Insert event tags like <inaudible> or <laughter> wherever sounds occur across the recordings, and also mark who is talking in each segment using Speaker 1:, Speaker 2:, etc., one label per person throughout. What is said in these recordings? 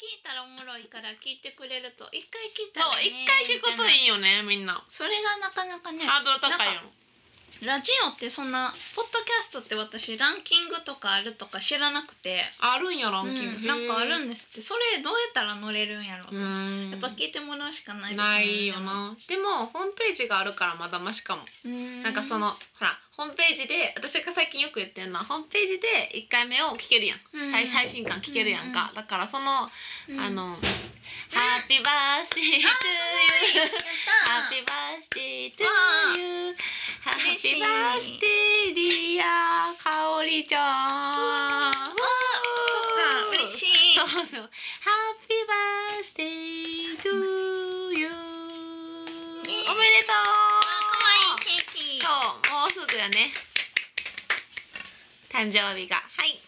Speaker 1: いたらおもろいから聞いてくれると一回聞いた
Speaker 2: そ
Speaker 1: ら
Speaker 2: う
Speaker 1: ね
Speaker 2: 一回聞くとい
Speaker 1: み
Speaker 2: いよねみんな
Speaker 1: たいなそれがなかなかね
Speaker 2: ハードル高いよ
Speaker 1: ラジオってそんなポッドキャストって私ランキングとかあるとか知らなくて
Speaker 2: あるんやラ
Speaker 1: う
Speaker 2: ンキング、
Speaker 1: ん、なんかある
Speaker 2: ん
Speaker 1: んですってそれどうやったら乗れるんやろう
Speaker 2: う
Speaker 1: と、
Speaker 2: ん
Speaker 1: やっぱ聞いてもらうしかないですね
Speaker 2: ないよなでもホームページがあるからまだマシかも、
Speaker 1: うん
Speaker 2: なんかそのほらホームページで私が最近よく言ってるのはホームページで1回目を聞けるやん、
Speaker 1: うん
Speaker 2: 最最新刊聞けるやんか、
Speaker 1: う
Speaker 2: だからその、
Speaker 1: うん <laughs>
Speaker 2: あの「ハッピーバー <laughs> スデー to
Speaker 1: や
Speaker 2: you
Speaker 1: っ」
Speaker 2: 「
Speaker 1: た
Speaker 2: ハッピーバースデー to
Speaker 1: わあ
Speaker 2: you」「ハッ
Speaker 1: 嬉し
Speaker 2: ピ
Speaker 1: い
Speaker 2: ーバースデーディアかおりちゃん」
Speaker 1: そっか嬉しい
Speaker 2: そうそう。Happy birthday to you。おめでと
Speaker 1: あ可
Speaker 2: う。
Speaker 1: 愛いケーキ
Speaker 2: そう、もうすぐよね。誕生日が。はい。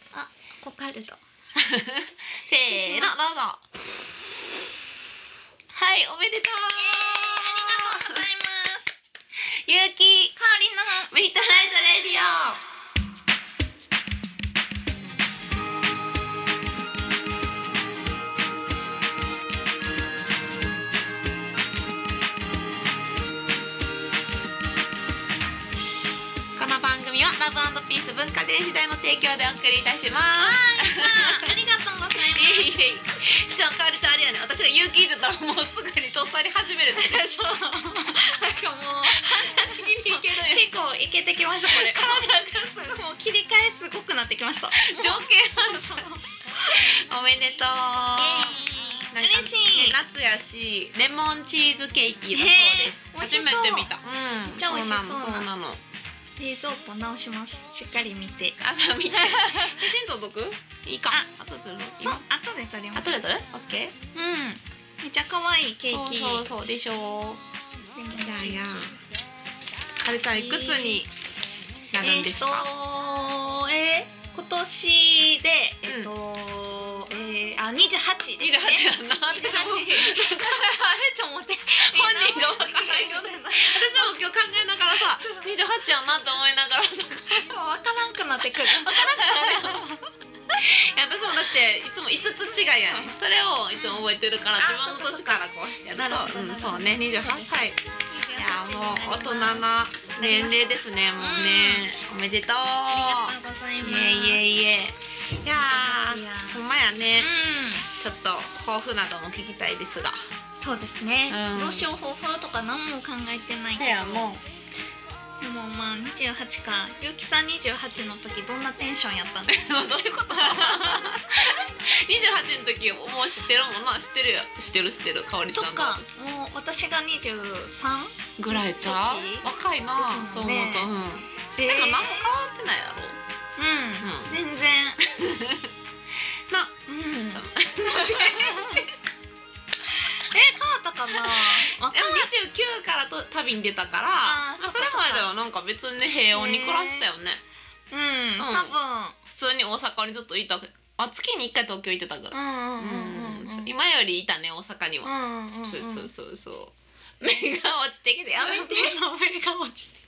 Speaker 1: コカルド
Speaker 2: <laughs> せーの、どうぞ。はい、おめでとう。
Speaker 1: ありがとうございます
Speaker 2: ゆうき、
Speaker 1: 香りの <laughs>
Speaker 2: ミッドナイトレディオ。この番組はラブピース文化電子代の提供でお送りいたし <laughs> ます。
Speaker 1: ありがとうござい
Speaker 2: いえいえいしかもかおりちゃんあれやね私が勇気って言ったらもうすぐにとっさに始めるってね <laughs> そう
Speaker 1: なんかもう反射的にいけるよ結構いけてきましたこれ
Speaker 2: 体がすごい
Speaker 1: もう切り替えすごくなってきました
Speaker 2: 条件反射おめでとう、なんか
Speaker 1: 嬉しい
Speaker 2: ね夏やしレモンチーズケーキだそうです初
Speaker 1: ねえ
Speaker 2: めて見た
Speaker 1: めっちゃ美味しそう
Speaker 2: そうなのそうなの
Speaker 1: 冷蔵庫直しますしっかり見て <laughs>
Speaker 2: 朝見て写真撮っとくいいかあとで撮る
Speaker 1: そう後で撮ります
Speaker 2: 後で撮るオッケー
Speaker 1: うんめっちゃ可愛いケーキ
Speaker 2: そうそうそうでしょ
Speaker 1: 素敵なケーキ
Speaker 2: いやいやカルちゃんいくつになるんですか、
Speaker 1: えーとえー今年でえっと、えーあ二十八です
Speaker 2: 二十八
Speaker 1: ね。
Speaker 2: やんな。
Speaker 1: 28あ
Speaker 2: 私も
Speaker 1: れと思って
Speaker 2: 本人がわからないよね
Speaker 1: ね。
Speaker 2: 私も今日考えながらさ、二十八やんなって思いながらさ、い
Speaker 1: わからんくなってくる。
Speaker 2: や私もだっていつも五つ違いやね。それをいつも覚えてるから
Speaker 1: うん
Speaker 2: 自分の年からこうやる
Speaker 1: なるほ
Speaker 2: と、
Speaker 1: ど
Speaker 2: うんそうね二十八歳。いやもう大人
Speaker 1: あ
Speaker 2: な年齢ですねもうね。おめでとう。
Speaker 1: りがとうございます。
Speaker 2: いえいえいえ。いやー。ほんまや
Speaker 1: う
Speaker 2: ね、
Speaker 1: ん、
Speaker 2: ちょっと抱負なども聞きたいですが。
Speaker 1: そうですね。
Speaker 2: うん
Speaker 1: どうしよう方法とか何も考えてないけど。
Speaker 2: う。
Speaker 1: でもまあ28かゆうきさん28の時どんなテンションやったんですか
Speaker 2: <laughs> どういうこと ?28 の時もう知ってるもんな知ってるよ知ってる知ってるかおりち
Speaker 1: そ
Speaker 2: ゃん
Speaker 1: っ
Speaker 2: の
Speaker 1: かもう私が 23?
Speaker 2: ぐらいちゃう
Speaker 1: そ
Speaker 2: 若いな、
Speaker 1: です
Speaker 2: そ
Speaker 1: よ
Speaker 2: う思うと、う
Speaker 1: ね
Speaker 2: ん、でも
Speaker 1: で
Speaker 2: 何も変わってないやろ
Speaker 1: うん、
Speaker 2: うん
Speaker 1: 全 <laughs> 然
Speaker 2: な <laughs>
Speaker 1: うん
Speaker 2: 多分
Speaker 1: え変わったかなわか
Speaker 2: で
Speaker 1: ん
Speaker 2: も29からと旅に出たから
Speaker 1: あー
Speaker 2: ま
Speaker 1: そ
Speaker 2: あそ
Speaker 1: っ
Speaker 2: れ
Speaker 1: か
Speaker 2: まではなんか別に平穏に暮らしてたよね
Speaker 1: うん
Speaker 2: うん
Speaker 1: 多分
Speaker 2: 普通に大阪にずっといたあ月に1回東京行ってたか
Speaker 1: う
Speaker 2: ら、
Speaker 1: んうんうんうんうん
Speaker 2: 今よりいたね大阪には、
Speaker 1: うんうんうん
Speaker 2: そうそうそう <laughs> そう目が落ちてきてやめ <laughs> て
Speaker 1: 目が落ちて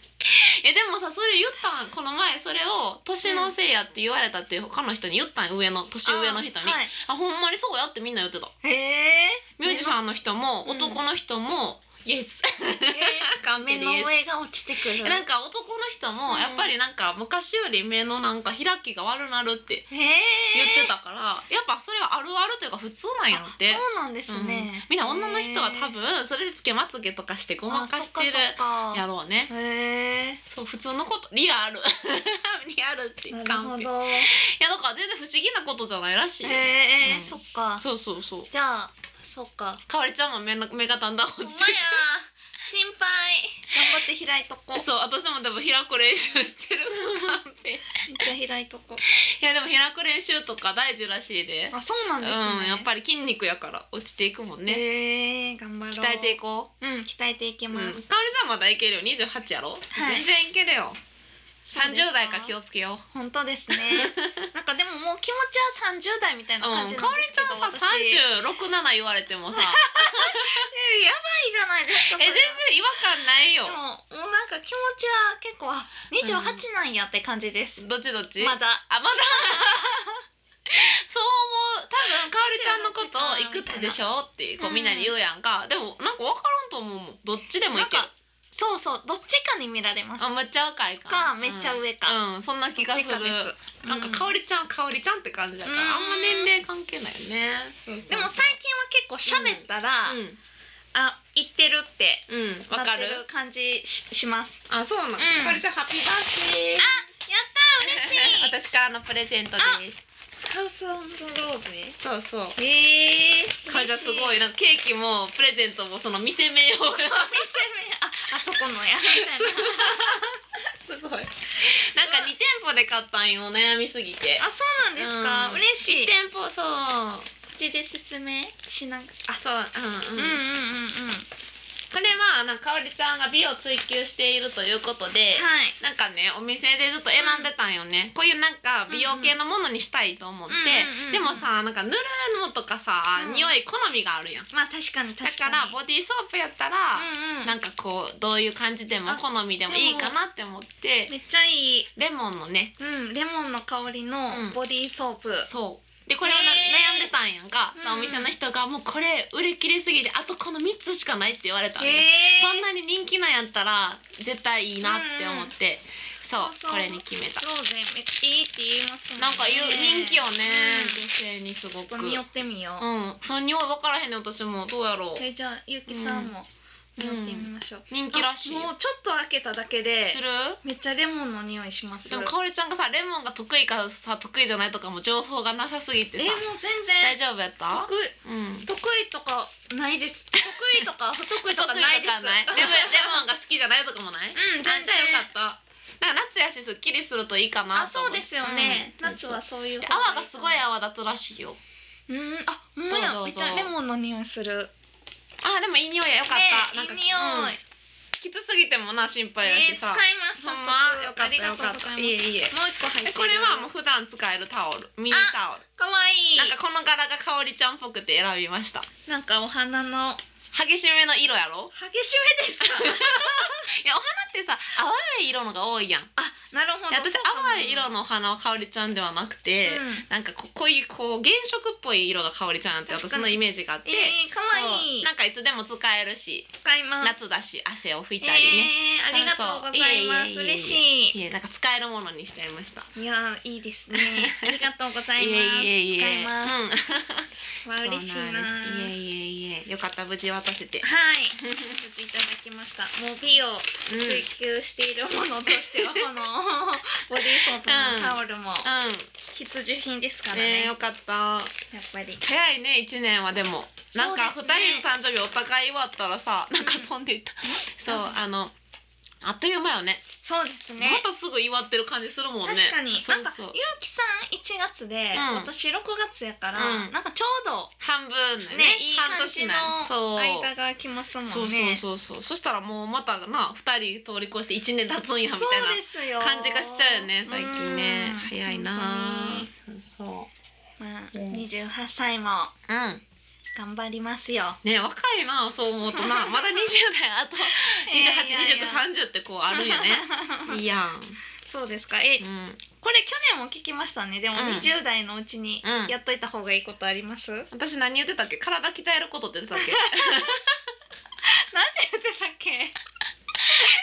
Speaker 2: えでもさそれ言ったんこの前それを年のせいやって言われたって他の人に言ったん上の年上の人にあ,、
Speaker 1: はい、
Speaker 2: ほんまにそうやってみんな言ってた
Speaker 1: へえ
Speaker 2: ミュージシャンの人も
Speaker 1: うん
Speaker 2: 男の人も、イエス
Speaker 1: え
Speaker 2: 完
Speaker 1: 目
Speaker 2: 璧イエ
Speaker 1: の
Speaker 2: ス
Speaker 1: 上が落ちてくる
Speaker 2: え <laughs> なんか男の人
Speaker 1: う
Speaker 2: も
Speaker 1: ん
Speaker 2: やっぱりなんか昔より目のなんか開きが悪なるって
Speaker 1: へえ
Speaker 2: 言ってたから、やっぱそれはあるあるというか普通なんやって
Speaker 1: そうなんですね、
Speaker 2: うんみんな女の人は多分それでつけまつげとかしてごまかしてる
Speaker 1: あそっかそっか
Speaker 2: やろうね
Speaker 1: へえ
Speaker 2: そう普通のことリアル <laughs> リアルって
Speaker 1: な
Speaker 2: 完
Speaker 1: るほ
Speaker 2: 璧
Speaker 1: どへ
Speaker 2: いやだから全然不思議なことじゃないらしいよ、
Speaker 1: え、
Speaker 2: うん
Speaker 1: そっか
Speaker 2: そうそうそう
Speaker 1: じゃあそっか
Speaker 2: かおりちゃんも目の目がだんだん
Speaker 1: ほん
Speaker 2: 落
Speaker 1: ま
Speaker 2: ち
Speaker 1: や
Speaker 2: てる
Speaker 1: 心配頑張って開いと <laughs> こ
Speaker 2: そう私もでも開く練習してる完璧
Speaker 1: めっちゃ開いとこ
Speaker 2: いやでも開く練習とか大事らしいで
Speaker 1: あそうなんですね、
Speaker 2: うんやっぱり筋肉やから落ちていくもんね、
Speaker 1: へえ頑張ろう
Speaker 2: 鍛えていこ
Speaker 1: ううん鍛えていき
Speaker 2: う、うん、
Speaker 1: ま
Speaker 2: かおり
Speaker 1: す、
Speaker 2: ちゃんまだいけるよ28やろ、
Speaker 1: はい
Speaker 2: 全然いけるよ
Speaker 1: そうですか
Speaker 2: 30代から気をつけよう
Speaker 1: 本当です
Speaker 2: <laughs>
Speaker 1: ねなんかでももう気持ちは30代みたいな
Speaker 2: うん、かお
Speaker 1: 感
Speaker 2: り
Speaker 1: じ
Speaker 2: ち
Speaker 1: なんですけ
Speaker 2: ゃ
Speaker 1: ど、
Speaker 2: んさ
Speaker 1: 私
Speaker 2: 367言われても <laughs> さ
Speaker 1: えやばいじゃないですか
Speaker 2: え全然違和感ない
Speaker 1: これはでもも
Speaker 2: よ
Speaker 1: うなんか気持ちは結構あ28なんやって感じです、
Speaker 2: どっちどっち
Speaker 1: まだ
Speaker 2: あまだそう思う多分かおりちちゃんのことをいくつでしょうってこうみんなに言うやんか、でもなんか分からんと思うもんどっちでもいける
Speaker 1: なんかそうそうどっちかに見られます
Speaker 2: あめっちゃ若い
Speaker 1: か
Speaker 2: か
Speaker 1: めっちゃ上か
Speaker 2: うん、うんそんな気がする
Speaker 1: どっちかです
Speaker 2: なんかかおりちゃんかおりちゃんって感じだから、
Speaker 1: うん
Speaker 2: あんま年齢関係ないよねそうそうそう
Speaker 1: でも最近は結構喋ったら、あ行ってるって
Speaker 2: うんうんわ、
Speaker 1: なっ
Speaker 2: か
Speaker 1: てる
Speaker 2: る
Speaker 1: 感じしします
Speaker 2: あそうなの、
Speaker 1: うん
Speaker 2: かおりちゃんハッピーバースデー
Speaker 1: やったー嬉
Speaker 2: <laughs>
Speaker 1: しい
Speaker 2: 私からのプレゼントです
Speaker 1: ハウスローズね
Speaker 2: そうそう
Speaker 1: えー、
Speaker 2: かおりちゃんすご
Speaker 1: い
Speaker 2: いなんかケーキもプレゼントもその店名を
Speaker 1: <laughs> お店名ああそこのやみたいな
Speaker 2: <laughs> すごいなんか二店舗で買ったんよ悩みすぎて
Speaker 1: あそうなんですか、
Speaker 2: うん
Speaker 1: 嬉しい
Speaker 2: 一店舗そうあ
Speaker 1: 口で説明しなく
Speaker 2: そう
Speaker 1: う
Speaker 2: うん
Speaker 1: う
Speaker 2: んうんん、
Speaker 1: うんうん
Speaker 2: これはなんかかおりちゃんが美を追求しているということで、
Speaker 1: はい
Speaker 2: なんかねお店でずっと選んでたんよね、こういうなんか美容系のものにしたいと思って、
Speaker 1: うんうんうんうん
Speaker 2: でもさなんか塗るのとかさ、
Speaker 1: うん
Speaker 2: 匂い好みがあるやんだ
Speaker 1: まあ確かに
Speaker 2: か
Speaker 1: 確かに
Speaker 2: らボディーソープやったら、
Speaker 1: うんうん、
Speaker 2: なんかこうどういう感じでも
Speaker 1: あ
Speaker 2: 好みでもいいかなって思って
Speaker 1: めっちゃいい、
Speaker 2: レモンのね
Speaker 1: うん、レモンの香りの
Speaker 2: うん
Speaker 1: ボディーソープ、
Speaker 2: そうでこれをな
Speaker 1: へー
Speaker 2: 悩んでたんやんか、
Speaker 1: うん
Speaker 2: お店の人がもうこれ売り切れすぎてあとこの3つしかないって言われたんよ
Speaker 1: え
Speaker 2: そんなに人気なんやったら絶対いいなって思って、そう
Speaker 1: そうそう
Speaker 2: これに決めた
Speaker 1: ローゼンめっちゃいいって言いますもんね
Speaker 2: なんか言う人気よ
Speaker 1: う
Speaker 2: ね、
Speaker 1: ん
Speaker 2: 女性にすご
Speaker 1: ちょっ
Speaker 2: く
Speaker 1: と
Speaker 2: う
Speaker 1: 匂っ
Speaker 2: ん
Speaker 1: てみよう、
Speaker 2: その匂い分からへんね私もどうやろう
Speaker 1: えじゃあゆきさんも
Speaker 2: うん
Speaker 1: 匂ってみましょう、
Speaker 2: 人気らしい
Speaker 1: あも
Speaker 2: よ
Speaker 1: うちょっと開けただけです
Speaker 2: る
Speaker 1: めっちゃレモンの匂いします
Speaker 2: でもかおりちゃんがさレモンが得意かさ得意じゃないとかも情報がなさすぎて
Speaker 1: え
Speaker 2: さ
Speaker 1: もう全
Speaker 2: 大
Speaker 1: 然
Speaker 2: 丈夫やった
Speaker 1: 得意
Speaker 2: うん
Speaker 1: 得意とかない
Speaker 2: <laughs>
Speaker 1: です得意とか不得意とか
Speaker 2: 得意とか
Speaker 1: な
Speaker 2: ないい
Speaker 1: で
Speaker 2: レ
Speaker 1: す
Speaker 2: モン
Speaker 1: <laughs>
Speaker 2: レモンが好きじゃないとかもない
Speaker 1: うん全然
Speaker 2: あじゃあよかったなんか夏やしすっきりするといいかな
Speaker 1: あそうですよね、夏は
Speaker 2: す
Speaker 1: そういう方
Speaker 2: 泡がすごい
Speaker 1: い
Speaker 2: 泡立つらしいよ
Speaker 1: いうんあほんまや
Speaker 2: ど
Speaker 1: め
Speaker 2: うぞどう
Speaker 1: っ
Speaker 2: ぞ
Speaker 1: ちゃレモンの匂いする
Speaker 2: あでもいい匂いやよかった、
Speaker 1: ね
Speaker 2: なんか
Speaker 1: いい匂い、
Speaker 2: うんきつすぎてもな心配や
Speaker 1: えー使い
Speaker 2: しさ、
Speaker 1: ます
Speaker 2: ほ
Speaker 1: 早速、
Speaker 2: んまよか
Speaker 1: あ
Speaker 2: った
Speaker 1: りがと
Speaker 2: よ
Speaker 1: うござ
Speaker 2: か
Speaker 1: いま
Speaker 2: っ
Speaker 1: す
Speaker 2: たいえいえ
Speaker 1: もう一個入って
Speaker 2: え
Speaker 1: る
Speaker 2: これはもう普段使えるタオルミニタオル
Speaker 1: かわいい
Speaker 2: なんかこの柄が香りちゃんっぽくて選びました
Speaker 1: なんかお花の
Speaker 2: 激しめの色やろ
Speaker 1: 激しめですか
Speaker 2: いやお花ってさ淡い色のが多いやん
Speaker 1: あ <laughs> なるほど
Speaker 2: で私
Speaker 1: そうかも
Speaker 2: 淡い色のお花は香りちゃんではなくて、
Speaker 1: うん
Speaker 2: なんかここういうこう原色っぽい色が香りちゃんって
Speaker 1: 確か
Speaker 2: 私
Speaker 1: に
Speaker 2: のイメージがあって、
Speaker 1: えー、かわい
Speaker 2: そ
Speaker 1: いう
Speaker 2: なんかいつでも使えるし
Speaker 1: 使います
Speaker 2: 夏だし汗を拭いたりね、
Speaker 1: えーありがとうございます
Speaker 2: そうそういえいえいえいえ
Speaker 1: 嬉しい
Speaker 2: いやなんか使えるものにしちゃいました
Speaker 1: いやーいいです
Speaker 2: <laughs>
Speaker 1: ねありがとうございます
Speaker 2: いえいえいえ
Speaker 1: 使います
Speaker 2: うん
Speaker 1: わ嬉しいな
Speaker 2: そうなんですいえいえいえよかった無事渡せて、
Speaker 1: はい <laughs> 無事いただきましたもう美を
Speaker 2: うん、うん
Speaker 1: 追求しているものとしては、こ
Speaker 2: <laughs>
Speaker 1: のボディーソープ
Speaker 2: うん
Speaker 1: のタオルも必需品ですから
Speaker 2: ねえ
Speaker 1: ね、
Speaker 2: よかった
Speaker 1: やっぱり
Speaker 2: 早いね一年はでもなんか
Speaker 1: そうで
Speaker 2: 二人
Speaker 1: すね
Speaker 2: の誕生日お互い終わったらさなんか飛んでいった、そうあのあっという間よね
Speaker 1: そうですね
Speaker 2: またすぐ祝ってる感じするもんね
Speaker 1: 確かに
Speaker 2: そ
Speaker 1: な
Speaker 2: う
Speaker 1: んか
Speaker 2: そう
Speaker 1: ゆうきさん1月で、
Speaker 2: うん
Speaker 1: 私6月やから、
Speaker 2: うん
Speaker 1: なんかちょうど
Speaker 2: 半分ね
Speaker 1: ねいい
Speaker 2: 半
Speaker 1: 感
Speaker 2: 年
Speaker 1: じの
Speaker 2: ねそう
Speaker 1: 間が来ますもんね
Speaker 2: そうそうそうそうそしたらもうまたな二人通り越して一年経つんやみたいな
Speaker 1: そうですよ
Speaker 2: 感じがしちゃうよね最近ね
Speaker 1: うん
Speaker 2: 早いな
Speaker 1: 本
Speaker 2: そう
Speaker 1: 当にまあ、
Speaker 2: うん
Speaker 1: 28歳も
Speaker 2: そううん
Speaker 1: 頑張りますよ
Speaker 2: ね若いなそう思うとなまだ20代あ
Speaker 1: <laughs>
Speaker 2: と282930ってこうあるよねいいやん
Speaker 1: そうですかえ、
Speaker 2: うん
Speaker 1: これ去年も聞きましたねでも
Speaker 2: うん
Speaker 1: 20代のうちに
Speaker 2: うん
Speaker 1: やっといた方がいいことあります、 <laughs> なんて
Speaker 2: 私何言ってたっけ体鍛えることって言
Speaker 1: <laughs>
Speaker 2: ってたっけ
Speaker 1: 言ってたっけ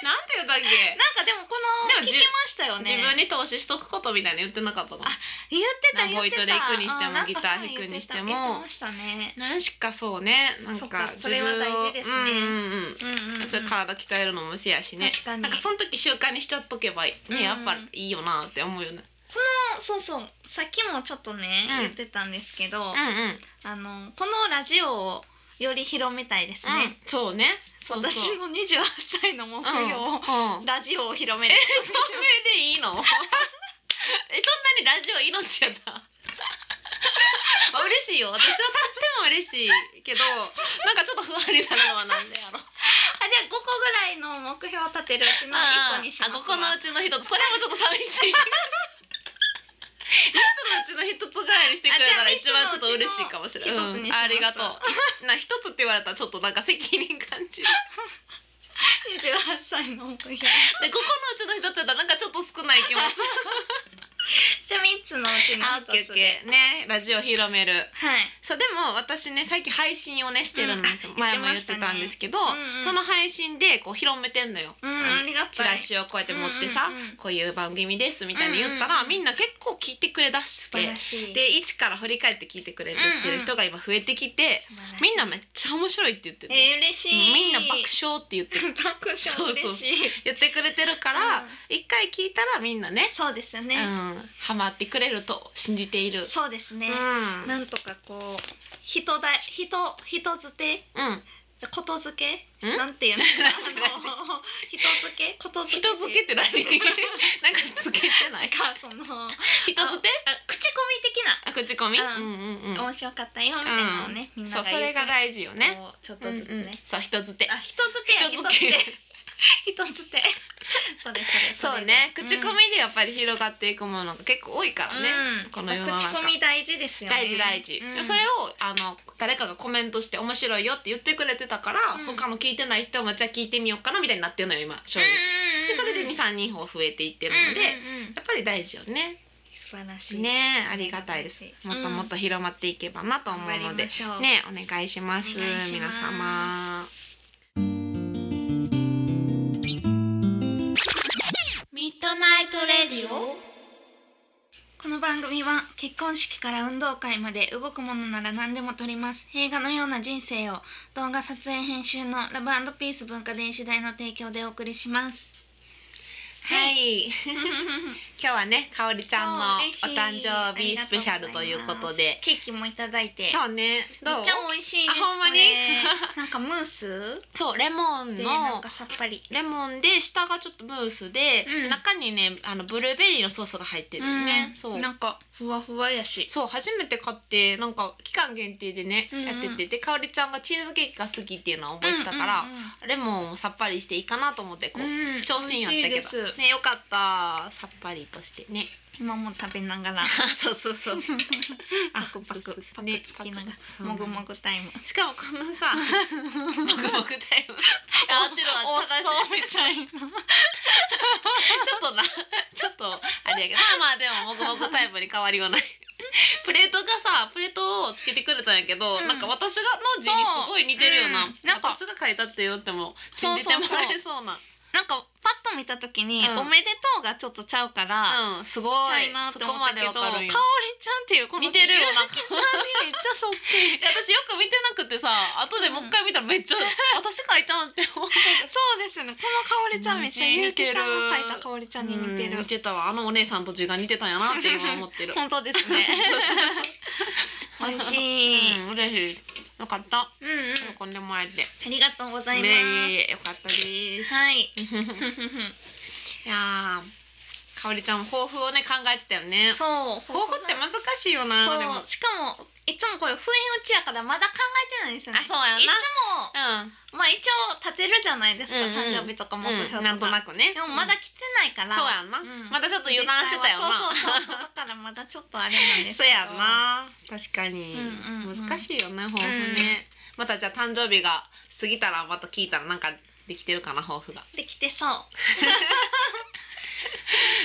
Speaker 1: なん
Speaker 2: なんて言ったっけ
Speaker 1: かでもこの
Speaker 2: でも
Speaker 1: 聞
Speaker 2: じ
Speaker 1: き
Speaker 2: ゅ
Speaker 1: ましたよね
Speaker 2: 自分に投資しとくことみたいな言ってなかったの
Speaker 1: あ言ってた
Speaker 2: なん
Speaker 1: 言っ
Speaker 2: か
Speaker 1: てた
Speaker 2: ボイトレ行くにしても
Speaker 1: うんなんか
Speaker 2: ギター弾くにして
Speaker 1: そう言ってた
Speaker 2: も
Speaker 1: 言ってましたね
Speaker 2: 何しかそうねなん
Speaker 1: そっか
Speaker 2: か
Speaker 1: それは大事ですね
Speaker 2: 自分をうんうん
Speaker 1: うんうん、
Speaker 2: う
Speaker 1: うんん、
Speaker 2: それ体鍛えるのもせやしね
Speaker 1: 確かに
Speaker 2: なんかその時習慣にしちゃっとけばいい
Speaker 1: うん
Speaker 2: ねやっぱいいよなって思うよね
Speaker 1: そうそうさっきもちょっとね、
Speaker 2: うん
Speaker 1: 言ってたんですけど、
Speaker 2: うんうん
Speaker 1: あのこのラジオをより広めたいです
Speaker 2: うん
Speaker 1: ね、
Speaker 2: そうねそうそう
Speaker 1: 私の28歳の目標を、
Speaker 2: うんうん
Speaker 1: ラジオを広める
Speaker 2: それでいいの <laughs> えそんなにラジオ命やった <laughs> まあ嬉しいよ私はとっても嬉しいけどなんかちょっと不安になるのはなんでやろ
Speaker 1: あじゃあ5個ぐらいの目標を立てるうちの1個にします
Speaker 2: あここのうちの一つそれもちょっと寂し
Speaker 1: <laughs>
Speaker 2: い3つのうちの一つ返りしてくれたら
Speaker 1: あ
Speaker 2: 一
Speaker 1: じゃあ
Speaker 2: 番ちょっと嬉しいかもしれない、
Speaker 1: 三つのうちの一つにし
Speaker 2: うん、
Speaker 1: ます
Speaker 2: ありがとういな一つって言われたらちょっとなんか責任感じる
Speaker 1: <laughs> 28歳の目標
Speaker 2: <laughs>
Speaker 1: じゃ
Speaker 2: でここのうちの一つだったらなんかちょっと少ない気もする
Speaker 1: あじゃあ三つのうちの
Speaker 2: あオッケ
Speaker 1: 一
Speaker 2: ーオ
Speaker 1: つ
Speaker 2: ッケ
Speaker 1: で。
Speaker 2: ーねラジオ広める
Speaker 1: はい。
Speaker 2: そうでも私ね最近配信をねしてるんですよ、
Speaker 1: うんあ
Speaker 2: 前も
Speaker 1: 言
Speaker 2: 言
Speaker 1: っ
Speaker 2: って
Speaker 1: ました
Speaker 2: て
Speaker 1: ね
Speaker 2: たんですけど、
Speaker 1: うんうん
Speaker 2: その配信でこう広めてんのよ、
Speaker 1: うん
Speaker 2: あの
Speaker 1: ありが
Speaker 2: チ
Speaker 1: た
Speaker 2: ラ
Speaker 1: い。
Speaker 2: シをこうやって持ってさ、
Speaker 1: うんうんうん
Speaker 2: こういう番組ですみたいに言ったら、
Speaker 1: うんうんうん
Speaker 2: みんな結構聞いてくれだし
Speaker 1: 素晴
Speaker 2: て
Speaker 1: らしい。
Speaker 2: で一から振り返って聞いてくれてってる人が今増えてきて、
Speaker 1: 素晴らしい、
Speaker 2: みんなめっちゃ面白いって言ってる、
Speaker 1: えー、嬉しい。
Speaker 2: みんな爆笑って言って
Speaker 1: 笑。爆
Speaker 2: そう
Speaker 1: 笑
Speaker 2: そう
Speaker 1: 嬉しい。
Speaker 2: 言ってくれてるか
Speaker 1: う
Speaker 2: ら
Speaker 1: ん
Speaker 2: 一、回聞いたらみんなね
Speaker 1: そうですよね。
Speaker 2: うん、ハマってくれると信じている。
Speaker 1: そうですね。
Speaker 2: うん
Speaker 1: なんとかこう人だ人人づて
Speaker 2: うん、
Speaker 1: ことづけ
Speaker 2: ん
Speaker 1: なんていうのあの人づけ
Speaker 2: <laughs>
Speaker 1: ことづけ
Speaker 2: 人付けって
Speaker 1: <laughs>
Speaker 2: 何なんか付けて
Speaker 1: な
Speaker 2: な
Speaker 1: ん
Speaker 2: い
Speaker 1: かそのあ
Speaker 2: 人付け
Speaker 1: 口コミ的な
Speaker 2: あ口コミ、う
Speaker 1: うんん
Speaker 2: うんうん、
Speaker 1: 面白かったよみたいなのをね、みん
Speaker 2: そ
Speaker 1: な
Speaker 2: う
Speaker 1: が
Speaker 2: それが大事よ
Speaker 1: ね
Speaker 2: ね
Speaker 1: ちょっとずつね、
Speaker 2: うんうんそう人付け
Speaker 1: あ人づけや
Speaker 2: 人
Speaker 1: 人
Speaker 2: づ
Speaker 1: づ
Speaker 2: け
Speaker 1: け人づけ <laughs> そうです
Speaker 2: そう
Speaker 1: です
Speaker 2: ね口コミでやっぱり広がっていくものが結構多いからね、
Speaker 1: ね、うん、
Speaker 2: この世の中
Speaker 1: 口コミ大事ですよね
Speaker 2: 大事大事、
Speaker 1: うん
Speaker 2: それをあの誰かがコメントして面白いよって言ってくれてたから、
Speaker 1: うん
Speaker 2: 他の聞いてない人もじゃあ聞いてみようかなみたいになってるのよ今正
Speaker 1: うんう
Speaker 2: 直、
Speaker 1: んうん
Speaker 2: でそれで23人ほど増えていってるので、や
Speaker 1: うんうんうん
Speaker 2: っぱり大事よね
Speaker 1: 素晴らしい
Speaker 2: ねありがたいです
Speaker 1: うん
Speaker 2: もっともっと広まっていけばなと思う
Speaker 1: 頑張
Speaker 2: の
Speaker 1: り
Speaker 2: で
Speaker 1: ま、しょう
Speaker 2: ねお願いします
Speaker 1: お願いし
Speaker 2: 皆
Speaker 1: ます
Speaker 2: 様
Speaker 1: ミッドナイトレディオこの番組は結婚式から運動会まで動くものなら何でも撮ります映画のような人生を動画撮影編集のラブピース文化電子代の提供でお送りします
Speaker 2: は
Speaker 1: はい
Speaker 2: <laughs> 今日はねかおりちゃんの
Speaker 1: そう嬉しい
Speaker 2: お誕生日スペシャルと
Speaker 1: あり
Speaker 2: い
Speaker 1: が
Speaker 2: う
Speaker 1: ご
Speaker 2: こ
Speaker 1: ざます
Speaker 2: とで
Speaker 1: ケーキもいただいて
Speaker 2: そうねど
Speaker 1: め
Speaker 2: う
Speaker 1: っちゃ美味しいです
Speaker 2: あほんまに
Speaker 1: これ <laughs> なんかムース
Speaker 2: そうレモン
Speaker 1: でなん
Speaker 2: の
Speaker 1: かさっぱり
Speaker 2: レモンで下がちょっとムースで、
Speaker 1: うん
Speaker 2: 中にねあのブルーベリーのソースが入ってるよね、
Speaker 1: ん
Speaker 2: そう
Speaker 1: なんかふわふわやし
Speaker 2: そう初めて買ってなんか期間限定でね、
Speaker 1: うんうん
Speaker 2: やっててでかおりちゃんがチーズケーキが好きっていうのは覚えてたから、
Speaker 1: うんうんうん
Speaker 2: レモンもさっぱりしていいかなと思ってこう、
Speaker 1: うん
Speaker 2: 挑戦やった
Speaker 1: 美
Speaker 2: け
Speaker 1: 味しい
Speaker 2: ど
Speaker 1: です
Speaker 2: ねよかったさっぱりとしてね
Speaker 1: 今も食べながら
Speaker 2: そうそう <laughs> そう
Speaker 1: パクパク
Speaker 2: そうそ
Speaker 1: パ
Speaker 2: う
Speaker 1: クつきながら
Speaker 2: そう
Speaker 1: もぐもぐタイム
Speaker 2: しかもこのさもぐもぐタイムあ合ってるわ正しい
Speaker 1: たいな
Speaker 2: ちょっとなちょっとあれやけどまあまあでももぐもぐタイムに変わりはないプレートがさプレートをつけてくれたんやけど、
Speaker 1: うん
Speaker 2: なんか私がの字にすごい似てるよな、
Speaker 1: そううんなんか
Speaker 2: 私が書いたって言っても信じてもらえそうな
Speaker 1: なんかパッと見た時に
Speaker 2: うん
Speaker 1: おめでとうがちょっとちゃうから
Speaker 2: うんすごい
Speaker 1: ちゃいなって
Speaker 2: そ
Speaker 1: 思
Speaker 2: こ
Speaker 1: っ
Speaker 2: ま
Speaker 1: た
Speaker 2: で
Speaker 1: けど
Speaker 2: わ
Speaker 1: か
Speaker 2: か
Speaker 1: お
Speaker 2: る
Speaker 1: り
Speaker 2: んよ
Speaker 1: ちゃんっていうこの
Speaker 2: 似てるよな
Speaker 1: ゆうきさんにめっちゃそっくり
Speaker 2: いや私よく見てなくてさ後でもう一回見たらめ <laughs> っちゃ、私書いたんって思う
Speaker 1: そうですねこのかおりちゃんめっちゃゆうきさんが書いたかおりちゃんに似て
Speaker 2: うん
Speaker 1: る
Speaker 2: 似てたわあのお姉さんと字が似てたんやなって今思ってる
Speaker 1: 本当です
Speaker 2: <laughs>
Speaker 1: ね美味しい、
Speaker 2: うん嬉しいよかった
Speaker 1: うんうん
Speaker 2: 喜んでもらえて
Speaker 1: ありがとうございま
Speaker 2: ねえよかった
Speaker 1: <laughs>
Speaker 2: ですい
Speaker 1: す
Speaker 2: <laughs>
Speaker 1: はい
Speaker 2: やーかおりちゃんも抱負をね考えてたよね
Speaker 1: そう
Speaker 2: 抱負って難しいよなで
Speaker 1: そう
Speaker 2: も
Speaker 1: しかもいつもこれ不意打ちやからまだ考えてないんですよね
Speaker 2: あそうやない
Speaker 1: つ
Speaker 2: うん
Speaker 1: もまあ一応立てるじゃないですか、
Speaker 2: うんうん
Speaker 1: 誕生日とか目標とか、
Speaker 2: うんなんとなくね
Speaker 1: でもまだ来てないから、
Speaker 2: そうやんな、
Speaker 1: うん
Speaker 2: まだちょっと油断してたよな
Speaker 1: 実際はそうそうそうそうだからまだちょっとあれなんです
Speaker 2: <laughs> そうやな確かに、
Speaker 1: うんうんうん
Speaker 2: 難しいよね抱負ね、またじゃあ誕生日が過ぎたらまた聞いたらなんかできてるかな抱
Speaker 1: <laughs>
Speaker 2: 負が
Speaker 1: できてそう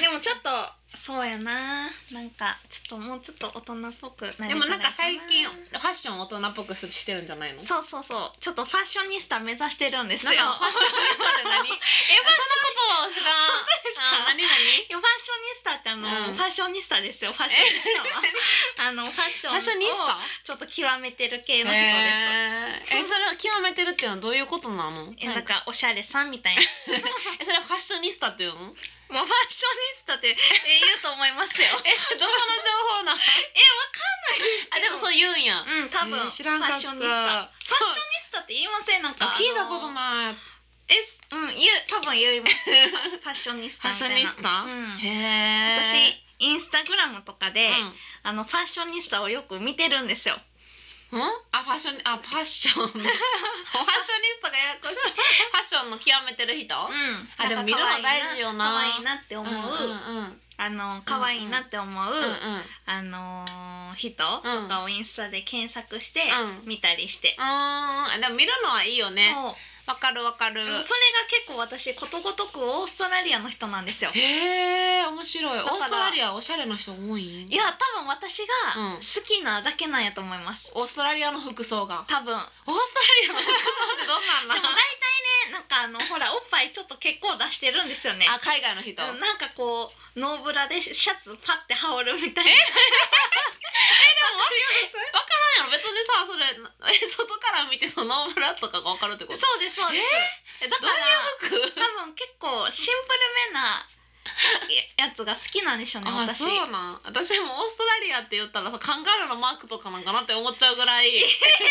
Speaker 1: でもちょっとそうやななんかちょっともうちょっと大人っぽくなれたら
Speaker 2: でもなんか最近
Speaker 1: な
Speaker 2: ファッション大人っぽくするしてるんじゃないの
Speaker 1: そうそうそうちょっとファッショニスタ目指してるんですよ <laughs>
Speaker 2: なんかファッションリストって何えその言葉を知らんあ <laughs> 何何
Speaker 1: いやファッショニスタってあの、
Speaker 2: うん
Speaker 1: ファッショニスタですよファッショニスタはあのファッショ
Speaker 2: ファッションリ
Speaker 1: ン
Speaker 2: ス
Speaker 1: を
Speaker 2: タ
Speaker 1: ちょっと極めてる系
Speaker 2: え
Speaker 1: の人です、
Speaker 2: えそれを極めてるっていうのはどういうことなの
Speaker 1: え
Speaker 2: な
Speaker 1: なん
Speaker 2: んか
Speaker 1: かおしゃれさんみ
Speaker 2: <laughs>
Speaker 1: たいな
Speaker 2: えそれファッションリスタっていうのどこの
Speaker 1: もうファッショニスタってえ言うと思いますよ
Speaker 2: 情報なの <laughs> えわかんないあでもそう言うんや、
Speaker 1: うん多分、
Speaker 2: えー知らんかった
Speaker 1: ファッショニスタファッショニスタって言いませんなんか
Speaker 2: 聞いたこと
Speaker 1: い
Speaker 2: ない
Speaker 1: えすうん言う多分言いますファッショニス
Speaker 2: ファ
Speaker 1: タ
Speaker 2: ッ
Speaker 1: み
Speaker 2: ショ
Speaker 1: た
Speaker 2: ン
Speaker 1: い
Speaker 2: リ
Speaker 1: な
Speaker 2: ス
Speaker 1: うん
Speaker 2: タ、
Speaker 1: 私
Speaker 2: へえ
Speaker 1: インスタグラムとかで、
Speaker 2: うん
Speaker 1: あのファッショニスタをよく見てるんですよ
Speaker 2: んあファッションあファッシ <laughs> ョンファッションリストがややこしいファッションの極めてる人、
Speaker 1: うん
Speaker 2: あでも見るの大事よな
Speaker 1: 可愛いなって思う、
Speaker 2: うんうんうん
Speaker 1: あの可愛いなって思う、
Speaker 2: うん
Speaker 1: あのー人とかをインスタで検索して
Speaker 2: うんうん
Speaker 1: 見たりして、
Speaker 2: うんでも見るのはいいよね
Speaker 1: そう
Speaker 2: わかるわかる、
Speaker 1: うんそれが結構私ことごとくオーストラリアの人なんですよ
Speaker 2: へえ面白いオ
Speaker 1: から
Speaker 2: ーストラリアおしゃれな人多い
Speaker 1: いや多分私
Speaker 2: う
Speaker 1: が
Speaker 2: ん
Speaker 1: 好きなだけなんやと思います
Speaker 2: オーストラリアの服装が
Speaker 1: 多分
Speaker 2: オーストラリアの服装ってどん
Speaker 1: で
Speaker 2: <laughs> なん
Speaker 1: も大体
Speaker 2: な
Speaker 1: ねなんかあ
Speaker 2: <laughs>
Speaker 1: のほらおっぱいちょっと結構出してるんですよね
Speaker 2: あ海外の人、
Speaker 1: うんなんかこうノーブラでシャツパッて羽織るみたいな
Speaker 2: なんやろ別にさそれえ外から見てそのノーブラとかが分かるってこ
Speaker 1: そう
Speaker 2: と
Speaker 1: ですそうです、えだ
Speaker 2: ど
Speaker 1: か
Speaker 2: う
Speaker 1: ら
Speaker 2: いう服
Speaker 1: 多分結構シンプルめなややつが好きなんでしょうね
Speaker 2: あ
Speaker 1: 私
Speaker 2: そうなん私でもオーストラリアって言ったらさカンガルーのマークとかなんかなって思っちゃうぐらい <laughs> どんな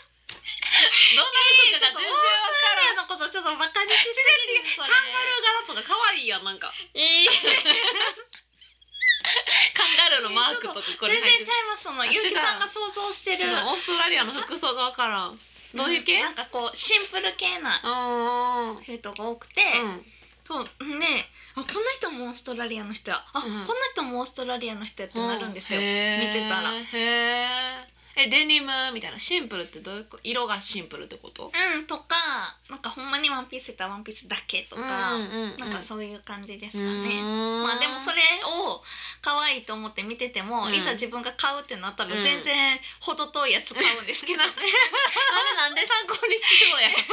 Speaker 1: えーちょっとオーストラリ
Speaker 2: 服かが全然わからん
Speaker 1: アのことちょっとバカにしすぎです
Speaker 2: カ
Speaker 1: それ
Speaker 2: ンガ
Speaker 1: <laughs>
Speaker 2: ルー柄とか可愛いやんなんか
Speaker 1: えー
Speaker 2: カンガルーのマークとかこれ
Speaker 1: 全然
Speaker 2: 入って
Speaker 1: ちゃいますその
Speaker 2: あ
Speaker 1: ゆうきさんが
Speaker 2: 違う
Speaker 1: 想像して
Speaker 2: る
Speaker 1: る
Speaker 2: オーストラリアの服装がわからんどういう系、
Speaker 1: んなんかこうシンプル系な
Speaker 2: あ
Speaker 1: 生徒が多くて、
Speaker 2: ーうん
Speaker 1: そうねあこの人もオーストラリアの人やあ、
Speaker 2: うん
Speaker 1: この人もオーストラリアの人やってなるんですよ、
Speaker 2: うへー
Speaker 1: 見てたら
Speaker 2: へーえデニムみたいなシンプルってどういうこ色がシンプルってこと
Speaker 1: うんとかなんかほんまにワンピースやったらワンピースだけとか、
Speaker 2: うんうんうん、
Speaker 1: なんかそういう感じです
Speaker 2: う
Speaker 1: かね。
Speaker 2: ーん
Speaker 1: まあでもそれを可愛いと思って見てても、
Speaker 2: うん
Speaker 1: いざ自分が買うってなったら
Speaker 2: うん
Speaker 1: 全然程遠いやつ買うんです
Speaker 2: <laughs>
Speaker 1: けど、なん
Speaker 2: あれなんで参考にしようやあれち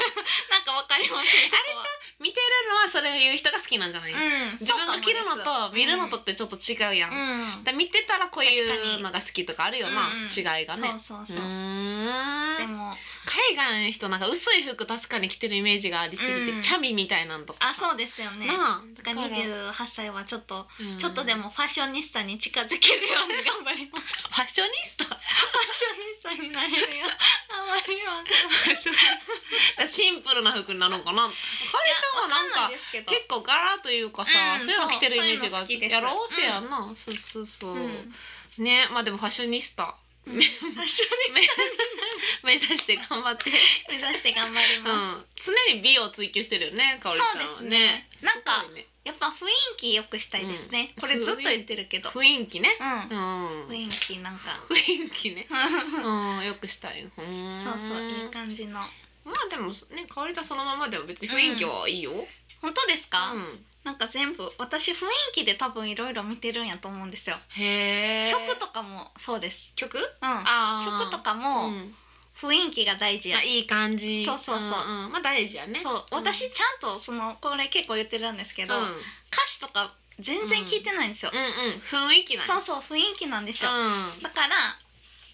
Speaker 1: かわかりますね。
Speaker 2: ゃう見てるのはそれ言う人が好きなんじゃない、
Speaker 1: うん、
Speaker 2: 自分が着るの
Speaker 1: そうかも
Speaker 2: と見るのとってちょっと違うや
Speaker 1: です、う
Speaker 2: ん、
Speaker 1: ん、
Speaker 2: だ見てたらこう
Speaker 1: 確か
Speaker 2: いう
Speaker 1: に
Speaker 2: のが好きとかあるよな、
Speaker 1: うんうん
Speaker 2: 違いがね
Speaker 1: そうそう
Speaker 2: う
Speaker 1: そう。
Speaker 2: ーん
Speaker 1: でも
Speaker 2: 海外の人なんか薄い服確かに着てるイメージがありすぎて、
Speaker 1: うん
Speaker 2: キャミみたいなんとか
Speaker 1: あそうですよね。な
Speaker 2: なあ
Speaker 1: んか
Speaker 2: だから
Speaker 1: 28歳はちょっと、
Speaker 2: うん
Speaker 1: ちょっとでもファッショニスタに近づけるように頑張り
Speaker 2: <laughs>
Speaker 1: ます。
Speaker 2: ファッショニスタ
Speaker 1: ファッショニスタになれるよう頑張ります。 <laughs>
Speaker 2: シンプルな服になるのかなかおりちゃんはなん
Speaker 1: わ
Speaker 2: か
Speaker 1: んいですけど
Speaker 2: 結構柄というかさ、
Speaker 1: うん
Speaker 2: そういうの着てるイメージが
Speaker 1: そうそういうの好きです
Speaker 2: やろうせやんな、そうそうそう、
Speaker 1: うん
Speaker 2: ねまあでもファッショニスタ
Speaker 1: うんファッショニス
Speaker 2: 目指して頑張って、
Speaker 1: タ目指して頑張り
Speaker 2: う
Speaker 1: ます。
Speaker 2: ん、常に美を追求してるよねかおりちゃんはね
Speaker 1: そうですねなんか
Speaker 2: すごいね
Speaker 1: やっぱ雰囲気良くしたいですね。
Speaker 2: うん
Speaker 1: これずっと言ってるけど。
Speaker 2: 雰囲気ね、
Speaker 1: う。
Speaker 2: うんん、雰
Speaker 1: 雰囲気なんか。
Speaker 2: 囲気ね
Speaker 1: そう
Speaker 2: うん、よくしたいふーん
Speaker 1: そういい感じの。
Speaker 2: まあでもねかおりちゃんそのままでも別に雰囲気はいいよ、うん
Speaker 1: 本当ですか？なんか全部私雰囲気で多分いろいろ見てるんやと思うんですよ。
Speaker 2: へえ
Speaker 1: 曲とかもそうです。
Speaker 2: 曲
Speaker 1: うん。
Speaker 2: あ
Speaker 1: 曲とか
Speaker 2: う
Speaker 1: も
Speaker 2: ん
Speaker 1: 雰囲気が大事や
Speaker 2: まあ、。いい感じ
Speaker 1: そうそうそうん
Speaker 2: んまあ大事やね
Speaker 1: そう。私ちゃんとそのこれ結構言ってるんですけ
Speaker 2: うん
Speaker 1: ど、歌詞とか全然聞いてないんですよ
Speaker 2: う。んうん雰囲気なん
Speaker 1: そう
Speaker 2: そ
Speaker 1: そう雰囲気なんですよ。
Speaker 2: う
Speaker 1: だから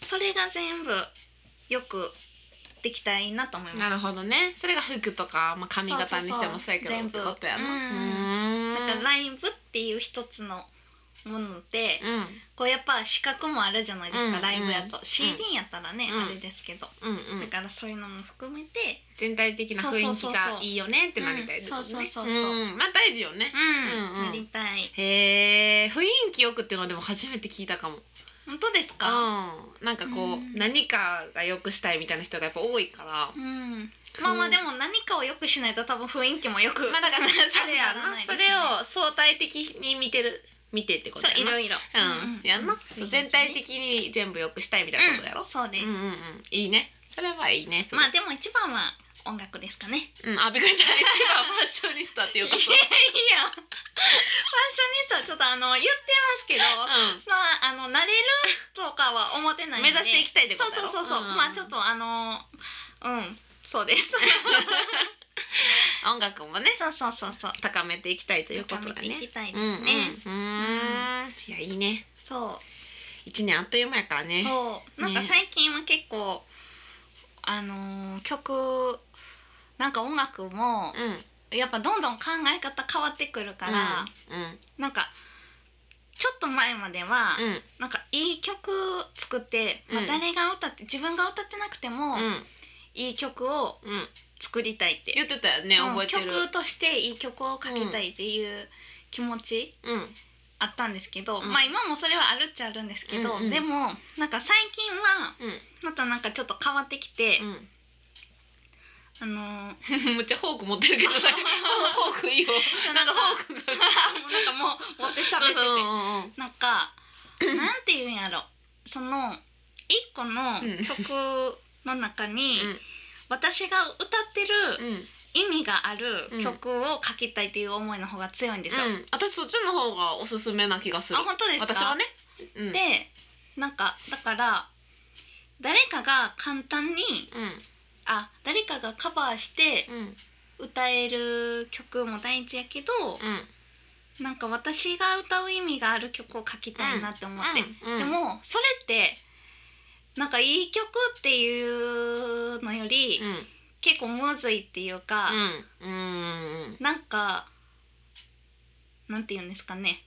Speaker 1: それが全部よくできたらいいなと思い
Speaker 2: んな
Speaker 1: ま
Speaker 2: る
Speaker 1: す。
Speaker 2: ほどねそれが服とか、まあ、髪型にしてもそうやけど
Speaker 1: そうそうそう
Speaker 2: ってことやな
Speaker 1: 全部
Speaker 2: う
Speaker 1: なん
Speaker 2: ん
Speaker 1: かライブっていう一つのもので、
Speaker 2: う
Speaker 1: こうやっぱ資格もあるじゃないですか、
Speaker 2: うん
Speaker 1: ライブやと、
Speaker 2: うん
Speaker 1: CD やったらね、
Speaker 2: うん
Speaker 1: あれですけど、
Speaker 2: んうんう
Speaker 1: だ
Speaker 2: ん
Speaker 1: からそういうのも含めて、
Speaker 2: 全体的な雰囲気がいいよねってなりたいってことね
Speaker 1: そうそうそうそうん
Speaker 2: まあ大事よね
Speaker 1: うん
Speaker 2: うんうん
Speaker 1: なりたい
Speaker 2: へえ雰囲気よくっていうのはでも初めて聞いたかも
Speaker 1: 本当です
Speaker 2: う
Speaker 1: か、
Speaker 2: んなんかこ
Speaker 1: うん
Speaker 2: う何かがよくしたいみたいな人がやっぱ多いから
Speaker 1: うんまあまあでも何かをよくしないと多分雰囲気もよく、
Speaker 2: まあ
Speaker 1: <laughs>
Speaker 2: だからそれやな、
Speaker 1: ないです
Speaker 2: そ
Speaker 1: ね
Speaker 2: れを相対的に見てる見てってこと
Speaker 1: そうい
Speaker 2: やな
Speaker 1: ろいろ、
Speaker 2: うんやんな、そう全体
Speaker 1: な
Speaker 2: 的に全部良くしたいみたいなことやろ、
Speaker 1: そうです、
Speaker 2: うんうんうんいいねそれはいいねすごい
Speaker 1: まあでも一番は音楽ですかね
Speaker 2: うん、あびっくりした一番ファッショニスタっていうこと
Speaker 1: い
Speaker 2: <laughs>
Speaker 1: やい <laughs> やファッショニスタはちょっとあの言ってますけど
Speaker 2: う
Speaker 1: そのあのなれるとかは思ってない
Speaker 2: ん
Speaker 1: ん
Speaker 2: 目
Speaker 1: で
Speaker 2: 指していきたいってこ
Speaker 1: そう
Speaker 2: とや
Speaker 1: そ
Speaker 2: ろ
Speaker 1: うそうそう、
Speaker 2: ん
Speaker 1: まあちょっとあのうんそう
Speaker 2: <laughs>
Speaker 1: です
Speaker 2: 音楽もね
Speaker 1: そうそうそうそう
Speaker 2: 高めていきたいということ
Speaker 1: 高め
Speaker 2: だ
Speaker 1: ていき
Speaker 2: ね
Speaker 1: たいで
Speaker 2: うん
Speaker 1: す
Speaker 2: うんう
Speaker 1: ね、
Speaker 2: ーんいやいいね
Speaker 1: そ
Speaker 2: 一年あっという間やから
Speaker 1: う
Speaker 2: ね
Speaker 1: そうなんか
Speaker 2: ね
Speaker 1: 最近は結構あの曲なんか音楽も
Speaker 2: うん
Speaker 1: やっぱどんどん考え方変わってくるから、
Speaker 2: う
Speaker 1: なんかちょっと前までは、
Speaker 2: んうん
Speaker 1: なんかいい曲作って、まあ
Speaker 2: うん
Speaker 1: 誰が歌って自分が歌ってなくても、
Speaker 2: うん
Speaker 1: いい曲を
Speaker 2: うんうん
Speaker 1: 作りたいって、
Speaker 2: 言ってたよね
Speaker 1: うん
Speaker 2: 覚えてる
Speaker 1: 曲としていい曲を書きたいっていう気持ち
Speaker 2: うん
Speaker 1: あったんですけど、
Speaker 2: うん
Speaker 1: まあ今もそれはあるっちゃあるんですけど、
Speaker 2: うんうん
Speaker 1: でもなんか最近はまたなんかちょっと変わってきて、
Speaker 2: う
Speaker 1: あのー
Speaker 2: ん、めっちゃフォーク持って
Speaker 1: <laughs>
Speaker 2: るけどねフォークいいよなんかフォークが
Speaker 1: もうなんかもう持って喋ってて
Speaker 2: うん
Speaker 1: なん
Speaker 2: <laughs>
Speaker 1: かなんて言うんやろその一個の曲の中に、
Speaker 2: うん
Speaker 1: 私が歌ってる
Speaker 2: うん
Speaker 1: 意味があ
Speaker 2: う
Speaker 1: る
Speaker 2: ん
Speaker 1: 曲を書きたいっていう思いの方が強いんですよ。
Speaker 2: うん、私そっちの方がおすすめな気がする
Speaker 1: あ本当ですか
Speaker 2: 私はね、うん、
Speaker 1: でなんかだから誰かが簡単にあ誰かがカバーして
Speaker 2: うんうん
Speaker 1: 歌える曲も大事やけど、
Speaker 2: うん
Speaker 1: なんか私が歌う意味がある曲を書きたいなって思って、
Speaker 2: うん
Speaker 1: でもそれってなんかいい曲っていうのより、
Speaker 2: うん
Speaker 1: 結構むずいっていうか、
Speaker 2: うんうん
Speaker 1: なんかなんて言うんですか
Speaker 2: <laughs>
Speaker 1: ね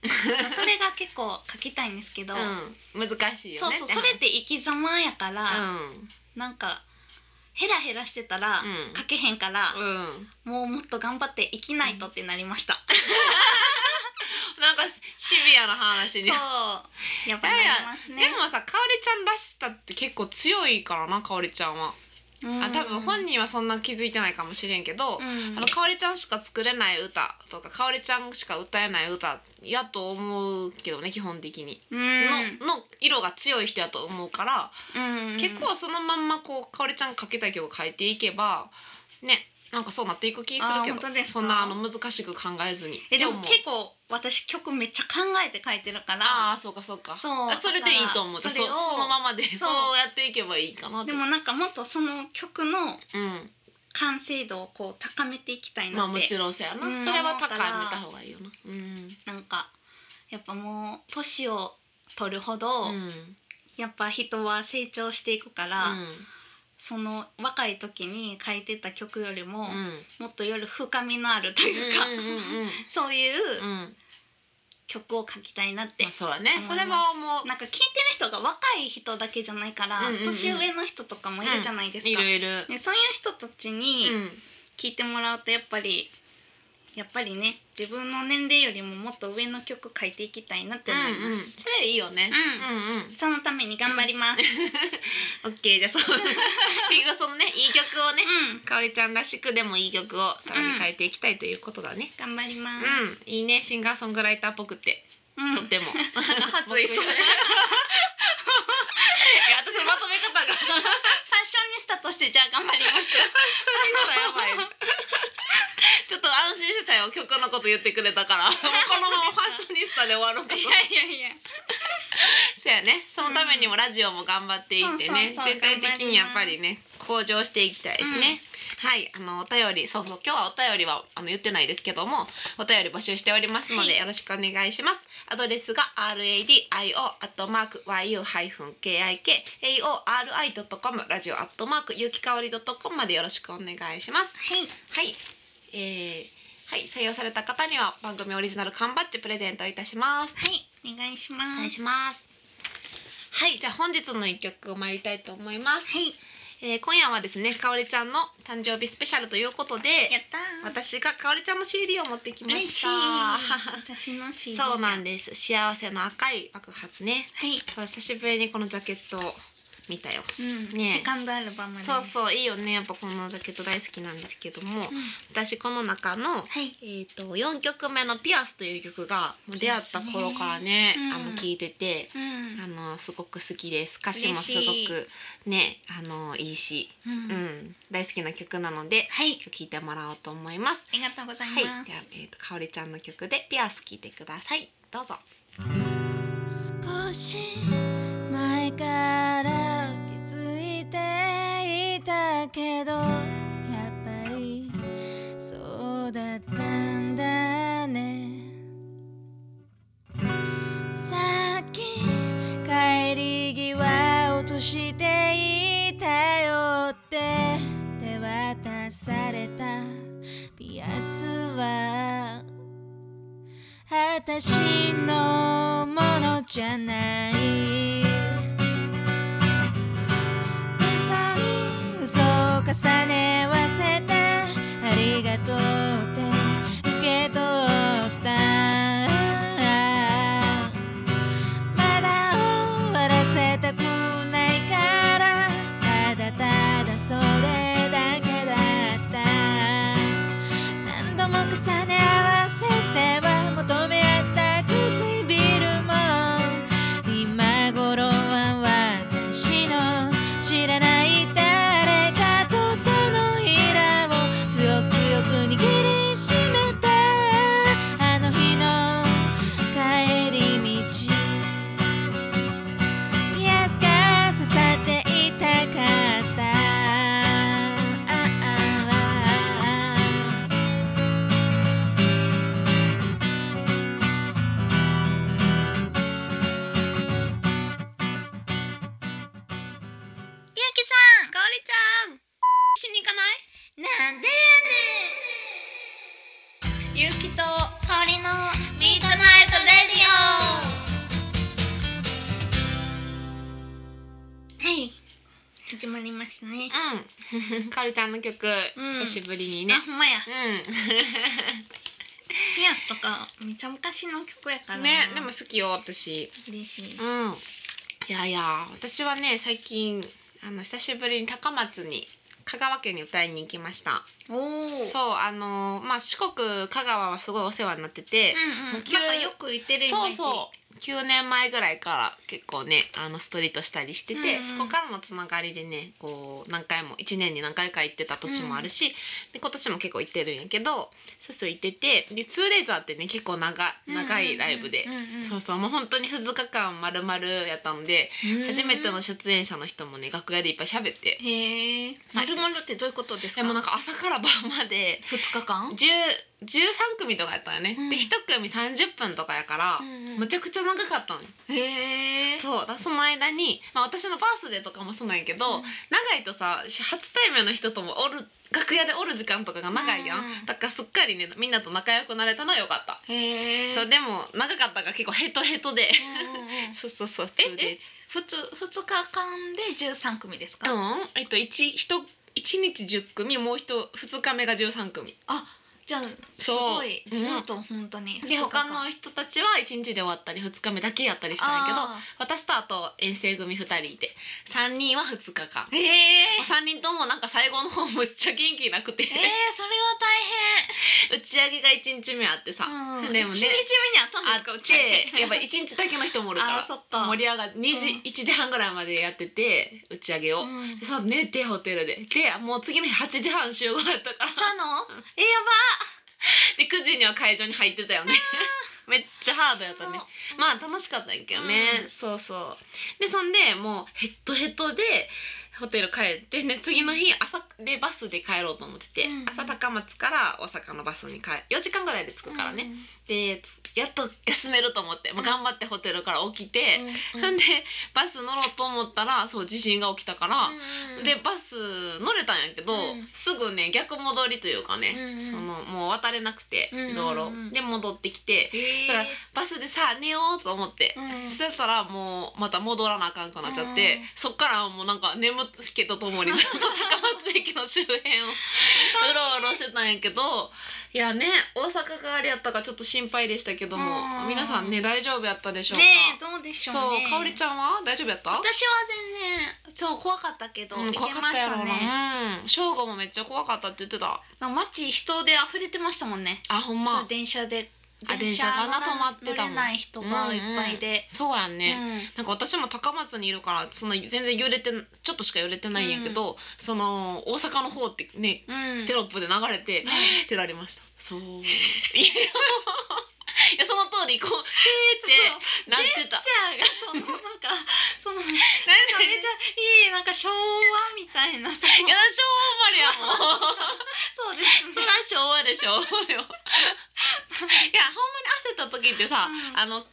Speaker 1: それが結構書きたいんですけど、
Speaker 2: うん難しい
Speaker 1: そ
Speaker 2: よ
Speaker 1: う
Speaker 2: ね
Speaker 1: そうそれって生き様やか
Speaker 2: う
Speaker 1: ら、
Speaker 2: ん
Speaker 1: なんかヘラヘラしてたら、
Speaker 2: うん
Speaker 1: 書けへんから、
Speaker 2: うん
Speaker 1: もうもっと頑張って生きないとってなりました。
Speaker 2: なんかシシビアな話に
Speaker 1: <laughs> そう
Speaker 2: で
Speaker 1: やっぱなりますね。
Speaker 2: もさかおりちゃんらしさって結構強いからなかおりちゃんは
Speaker 1: うん
Speaker 2: あ多分本人はそんな気づいてないかもしれんけど、
Speaker 1: うん
Speaker 2: あのかおりちゃんしか作れない歌とかかおりちゃんしか歌えない歌やと思うけどね基本的に、
Speaker 1: うん
Speaker 2: のの色が強い人やと思うから、
Speaker 1: うん
Speaker 2: 結構そのまんまこうかおりちゃんが書きたい曲を書いていけばねなんかそうなっていく気する
Speaker 1: あ
Speaker 2: け
Speaker 1: 本当です
Speaker 2: ど
Speaker 1: か
Speaker 2: そんなあの難しく考えずに
Speaker 1: えでも
Speaker 2: って思う
Speaker 1: 結構私曲めっちゃ考えて書いてるから
Speaker 2: ああそうかそうか
Speaker 1: そう
Speaker 2: あそれでいいと思う
Speaker 1: だ
Speaker 2: そ
Speaker 1: からそれを
Speaker 2: そのままでそう
Speaker 1: う
Speaker 2: やっていけばいいかなって
Speaker 1: でもなんかもっとその曲の
Speaker 2: うん
Speaker 1: 完成度をこう高めていきたい
Speaker 2: ま
Speaker 1: な
Speaker 2: あ
Speaker 1: っ
Speaker 2: も
Speaker 1: て、
Speaker 2: ちろんそうやな、
Speaker 1: うん
Speaker 2: それは
Speaker 1: 思う
Speaker 2: 高
Speaker 1: か
Speaker 2: い見
Speaker 1: ら
Speaker 2: た方がいいよなうん
Speaker 1: なんかやっぱもう年を取るほど、
Speaker 2: うん
Speaker 1: やっぱ人は成長していくから、
Speaker 2: う
Speaker 1: その若い時に書いてた曲よりも、
Speaker 2: んうん
Speaker 1: もっとより深みのあるというか、
Speaker 2: うんうんうんうん
Speaker 1: そういう
Speaker 2: うん
Speaker 1: 曲を書きたいなって
Speaker 2: まあ、そうだね
Speaker 1: 思います
Speaker 2: それは思う
Speaker 1: なんか聞いてる人が若い人だけじゃないから、
Speaker 2: うんうんうん
Speaker 1: 年上の人とかもいるじゃないですか。
Speaker 2: いるいる、
Speaker 1: ね、そういう人たち
Speaker 2: う
Speaker 1: に
Speaker 2: ん、
Speaker 1: 聞いてもらうとやっぱり、やっぱりね自分の年齢よりももっと上の曲書いていきたいなって思います。
Speaker 2: うんうんそれいいよね
Speaker 1: う
Speaker 2: うんうん
Speaker 1: そのために頑張ります。
Speaker 2: オッケーじゃあそ
Speaker 1: <laughs>
Speaker 2: う結局そのねいい曲をね
Speaker 1: うん、
Speaker 2: かおりちゃんらしくでもいい曲をさらに変えていきたいということだね
Speaker 1: 頑張り
Speaker 2: う
Speaker 1: ま
Speaker 2: ん、
Speaker 1: す。
Speaker 2: いいねシンガーソングライターっぽくて、
Speaker 1: うん、
Speaker 2: とって
Speaker 1: <laughs>
Speaker 2: も
Speaker 1: 恥ずいそ
Speaker 2: <laughs>
Speaker 1: れ
Speaker 2: いや私まとめ方が
Speaker 1: ファッショニスタとしてじゃあ頑張り
Speaker 2: <laughs>
Speaker 1: ます。
Speaker 2: やばいちょっと安心したよ曲のこと言ってくれたからもうこのままファッショニスタで終わろうかと
Speaker 1: いやいやいや。
Speaker 2: そうやねそのためにもラジオも頑張っていってね、
Speaker 1: そうそうそう
Speaker 2: 全体的にやっぱりね向上していきたいですね、はいあのお便りそうそう今日はお便りはあの言ってないですけどもお便り募集しておりますので、
Speaker 1: はい
Speaker 2: よろしくお願いしますアドレスが radio.yu-kikaori.com ラジオ .yukicaori.com までよろしくお願いします
Speaker 1: はい。
Speaker 2: はいえーはい、採用された方には番組オリジナル缶バッジプレゼントいたします。
Speaker 1: はい。お願いします。
Speaker 2: お願いします。はい、じゃあ本日の一曲を参りたいと思います。
Speaker 1: はい。
Speaker 2: えー今夜はですね、かおりちゃんの誕生日スペシャルということで、
Speaker 1: やったー。
Speaker 2: 私がかおりちゃんの CD を持ってきま
Speaker 1: 嬉
Speaker 2: し
Speaker 1: しい。
Speaker 2: た。
Speaker 1: 私の CD だ
Speaker 2: そうなんです。幸せの赤い爆発ね。
Speaker 1: はい。
Speaker 2: そう久しぶりにこのジャケットを見たよ。
Speaker 1: うん。
Speaker 2: ね
Speaker 1: セカンドアルバムです
Speaker 2: そうそういいよね。やっぱこのジャケット大好きなんですけども、
Speaker 1: うん
Speaker 2: 私この中の
Speaker 1: はい。
Speaker 2: えー、と4曲目の「ピアス」という曲がもう出会った頃からね
Speaker 1: そうですねうん
Speaker 2: あの聴いてて、
Speaker 1: うん
Speaker 2: あのすごく好きです歌詞もすご
Speaker 1: 嬉し
Speaker 2: くねあのいいし、
Speaker 1: う
Speaker 2: うんん大好きな曲なので
Speaker 1: はい、
Speaker 2: 今日聴いてもらおうと思います。
Speaker 1: ありがとうござい
Speaker 2: はい、では
Speaker 1: ます。、
Speaker 2: えー、とかおりちゃんの曲で「ピアス」聴いてくださいどうぞ。
Speaker 1: 少し前から気づいていたけど、やっぱりそうだったんだね。さっき帰り際落としていたよって手渡されたピアスは私のものじゃない嘘に嘘を重ね合わせてありがとうって受け取ったまだ終わらせたくないからただただそれだけだった何度も重ね合わせては求め合った唇も今頃したね。
Speaker 2: うん。 <laughs> かおりちゃんの曲、
Speaker 1: うん
Speaker 2: 久しぶりにね
Speaker 1: あ。ほんまや。
Speaker 2: う
Speaker 1: ピアスとかめちゃ昔の曲やから
Speaker 2: ん。
Speaker 1: な。
Speaker 2: ね、でも好きよ、私。
Speaker 1: 嬉しい。
Speaker 2: うん。いやいや、私はね、最近、あの、久しぶりに高松に。香川県に歌いに行きました。
Speaker 1: おお。う。
Speaker 2: そう、あのまあ、四国、香川はすごいお世話になってて。
Speaker 1: んうん。
Speaker 2: も
Speaker 1: ま
Speaker 2: う急
Speaker 1: たよく言ってる
Speaker 2: そうそう9年前ぐらいから結構ねあのストリートしたりしてて、
Speaker 1: うんうん
Speaker 2: そこからのつながりでねこう何回も1年に何回か行ってた年もあるし、で今年も結構行ってるんやけどそうそう行っててで2レーザーってね結構長
Speaker 1: う今一
Speaker 2: 長いライブで、
Speaker 1: うんうんうん
Speaker 2: そうそうもう本当に2日間丸々やったので、
Speaker 1: うん
Speaker 2: 初めての出演者の人もね楽屋でいっぱい喋って。
Speaker 1: へえ。まるまるってどういうことです
Speaker 2: で
Speaker 1: か。
Speaker 2: もなんか朝から晩まで
Speaker 1: 二日間。
Speaker 2: 10 13組とかやったよね、
Speaker 1: うん
Speaker 2: で1組30分とかやから、
Speaker 1: ん
Speaker 2: むちゃくちゃ長かったのよ
Speaker 1: へえ。
Speaker 2: そうだからその間に、まあ、私のバースデーとかもそうなんやけど、長いとさ初対面の人ともおる楽屋でおる時間とかが長いやん、
Speaker 1: うん
Speaker 2: だからすっかりねみんなと仲良くなれたのはよかった、
Speaker 1: へえ。
Speaker 2: そうでも長かったから結構ヘトヘトで、
Speaker 1: うんうんうん
Speaker 2: <laughs> そうそうそう
Speaker 1: え
Speaker 2: 2で
Speaker 1: ふつ二日間で十三組です
Speaker 2: う
Speaker 1: か。
Speaker 2: んえっと 1, 一日10組もう1 2日目が13組
Speaker 1: じゃあす
Speaker 2: そう
Speaker 1: ごい
Speaker 2: うん
Speaker 1: ずっと本当に。
Speaker 2: で他の人たちは1日で終わったり2日目だけやったりしたんやけど私とあと遠征組2人いて3人は2日間
Speaker 1: けど。へえ。
Speaker 2: 3人ともなんか最後の方むっちゃ元気なくて、
Speaker 1: えー、それは
Speaker 2: 打ち上げが1日目あってさ、
Speaker 1: 大変。
Speaker 2: でもね
Speaker 1: 一日目にあった
Speaker 2: あ
Speaker 1: ん
Speaker 2: っ
Speaker 1: ですか。
Speaker 2: てやっぱ1日だけの人もおるか
Speaker 1: あ
Speaker 2: ら
Speaker 1: あ、そっか。
Speaker 2: 盛り上がって2時、
Speaker 1: うん
Speaker 2: 1時半ぐらいまでやってて打ち上げを、
Speaker 1: うん
Speaker 2: そう寝てホテルででもう次の日8時半集合だったから
Speaker 1: 朝の。え
Speaker 2: で9時には会場に入ってたよね <laughs> めっちゃハードやった
Speaker 1: やば。
Speaker 2: ね。まあ楽しかったんやけどね、
Speaker 1: うん
Speaker 2: そうそうでそんでもうヘッドヘッドでホテル帰ってね次の日朝でバスで帰ろうと思ってて、
Speaker 1: うんうん
Speaker 2: 朝高松から大阪のバスに帰4時間ぐらいで着くからね、でやっと休めると思って、まあ、
Speaker 1: うん
Speaker 2: 頑張ってホテルから起
Speaker 1: う
Speaker 2: きて、
Speaker 1: ん。
Speaker 2: ほんでバス乗ろうと思ったらそう地震が起きたから、
Speaker 1: うん
Speaker 2: で、バス乗れたんやけど、
Speaker 1: うん
Speaker 2: すぐね逆戻りというかね、
Speaker 1: うんうん
Speaker 2: そのもう渡れなくて、
Speaker 1: うんうんうん
Speaker 2: 道路で戻ってきて
Speaker 1: へ
Speaker 2: だから
Speaker 1: え。
Speaker 2: バスでさ寝ようと思って。
Speaker 1: うん
Speaker 2: してたらもうまた戻らなあかんくなっちゃって、
Speaker 1: うん
Speaker 2: そっからはもうなんか眠気ととも
Speaker 1: <laughs>
Speaker 2: にずっと高松駅の周辺をうろうろしてたんやけどいやね大阪があれやったからちょっと心配でしたけども、
Speaker 1: うん
Speaker 2: 皆さんね大丈夫やったでしょうか、
Speaker 1: ねえどうでしょう
Speaker 2: そう
Speaker 1: ね。
Speaker 2: かおりち
Speaker 1: ゃん。
Speaker 2: ゃんは大丈夫やった
Speaker 1: 私は全然そう怖かったけど、
Speaker 2: うん、
Speaker 1: 行
Speaker 2: 怖
Speaker 1: け
Speaker 2: か
Speaker 1: ま
Speaker 2: っ
Speaker 1: した
Speaker 2: や
Speaker 1: た
Speaker 2: ろう
Speaker 1: ね。
Speaker 2: な、うん、正午もめっちゃ怖かったって言ってた
Speaker 1: 街人で溢れてましたもんね。
Speaker 2: あほん
Speaker 1: そ
Speaker 2: ま
Speaker 1: う電車で
Speaker 2: あ電車かな
Speaker 1: 電乗ら
Speaker 2: 止まってたもん
Speaker 1: 乗れない人がいっぱいで、
Speaker 2: そうやん
Speaker 1: う
Speaker 2: ね、なんか私も高松にいるからその全然揺れてんちょっとしか揺れてないんやけど、その大阪の方ってね
Speaker 1: んうん
Speaker 2: テロップで流れて、 <laughs>
Speaker 1: ね
Speaker 2: ってなりましたそう <laughs> いやもういやその通りこう
Speaker 1: そう
Speaker 2: へーってなっ
Speaker 1: ジェ
Speaker 2: て
Speaker 1: スチ
Speaker 2: た
Speaker 1: ャーがそのなんかそのなんかめちゃいいなんか昭和みたいなその
Speaker 2: いや昭和生まれやもん
Speaker 1: そうです
Speaker 2: そ
Speaker 1: ね
Speaker 2: ら昭和でしょ
Speaker 1: <laughs>
Speaker 2: うよいやほんまに焦った時ってさ、
Speaker 1: うん
Speaker 2: あの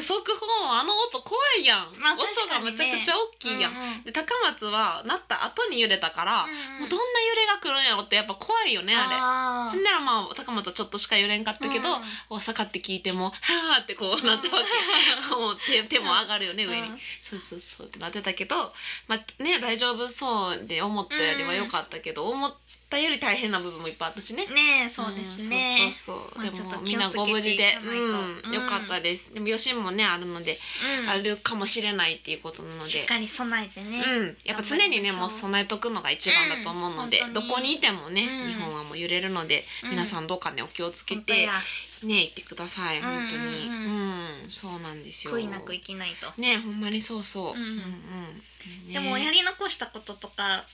Speaker 2: 速報あの音怖いやん、
Speaker 1: まあ
Speaker 2: 音
Speaker 1: 確か
Speaker 2: が
Speaker 1: にね
Speaker 2: めちゃくちゃ大きいやん、
Speaker 1: うんうん
Speaker 2: で高松はなった後に揺れたから、
Speaker 1: うん
Speaker 2: もうどんな揺れが来るんやろってやっぱ怖いよねあれ。
Speaker 1: あ
Speaker 2: ほんならまあ高松はちょっとしか揺れんかった
Speaker 1: だ
Speaker 2: けど、大阪って聞いても「はあ」ってこうなったわけ、 <laughs> もう手手も上がるよね上に、そうそうそうってなってたけどまあね大丈夫そうで思ったよりは良かったけど、思ったより大変な部分もいっぱいあったしね
Speaker 1: ねえそうですね
Speaker 2: んそうそうそう、
Speaker 1: まあ
Speaker 2: で
Speaker 1: ちょっと
Speaker 2: も
Speaker 1: 気
Speaker 2: みん
Speaker 1: を
Speaker 2: な
Speaker 1: つけ
Speaker 2: ご無
Speaker 1: て
Speaker 2: 事
Speaker 1: いかないと
Speaker 2: でうん、良かったですでも余震もねあるので、
Speaker 1: うん
Speaker 2: あるかもしれないっていうことなの
Speaker 1: しっ
Speaker 2: で。
Speaker 1: かり備えてね
Speaker 2: うん、やっぱ常にね
Speaker 1: 頑張りましょ
Speaker 2: も
Speaker 1: う
Speaker 2: う備えとくのが一番だと思うので、
Speaker 1: うん
Speaker 2: どこにいてもね、
Speaker 1: うん
Speaker 2: 日本はもう揺れるので、
Speaker 1: うん
Speaker 2: 皆さんどうかねお気をつけ
Speaker 1: 本当
Speaker 2: て
Speaker 1: や
Speaker 2: ね行ってください本当に
Speaker 1: う
Speaker 2: うんん
Speaker 1: う
Speaker 2: そうなんですよ
Speaker 1: 悔いなく生きないと
Speaker 2: ねほんまにそうそう
Speaker 1: ん
Speaker 2: う、うんうんね
Speaker 1: でもやり残したこととか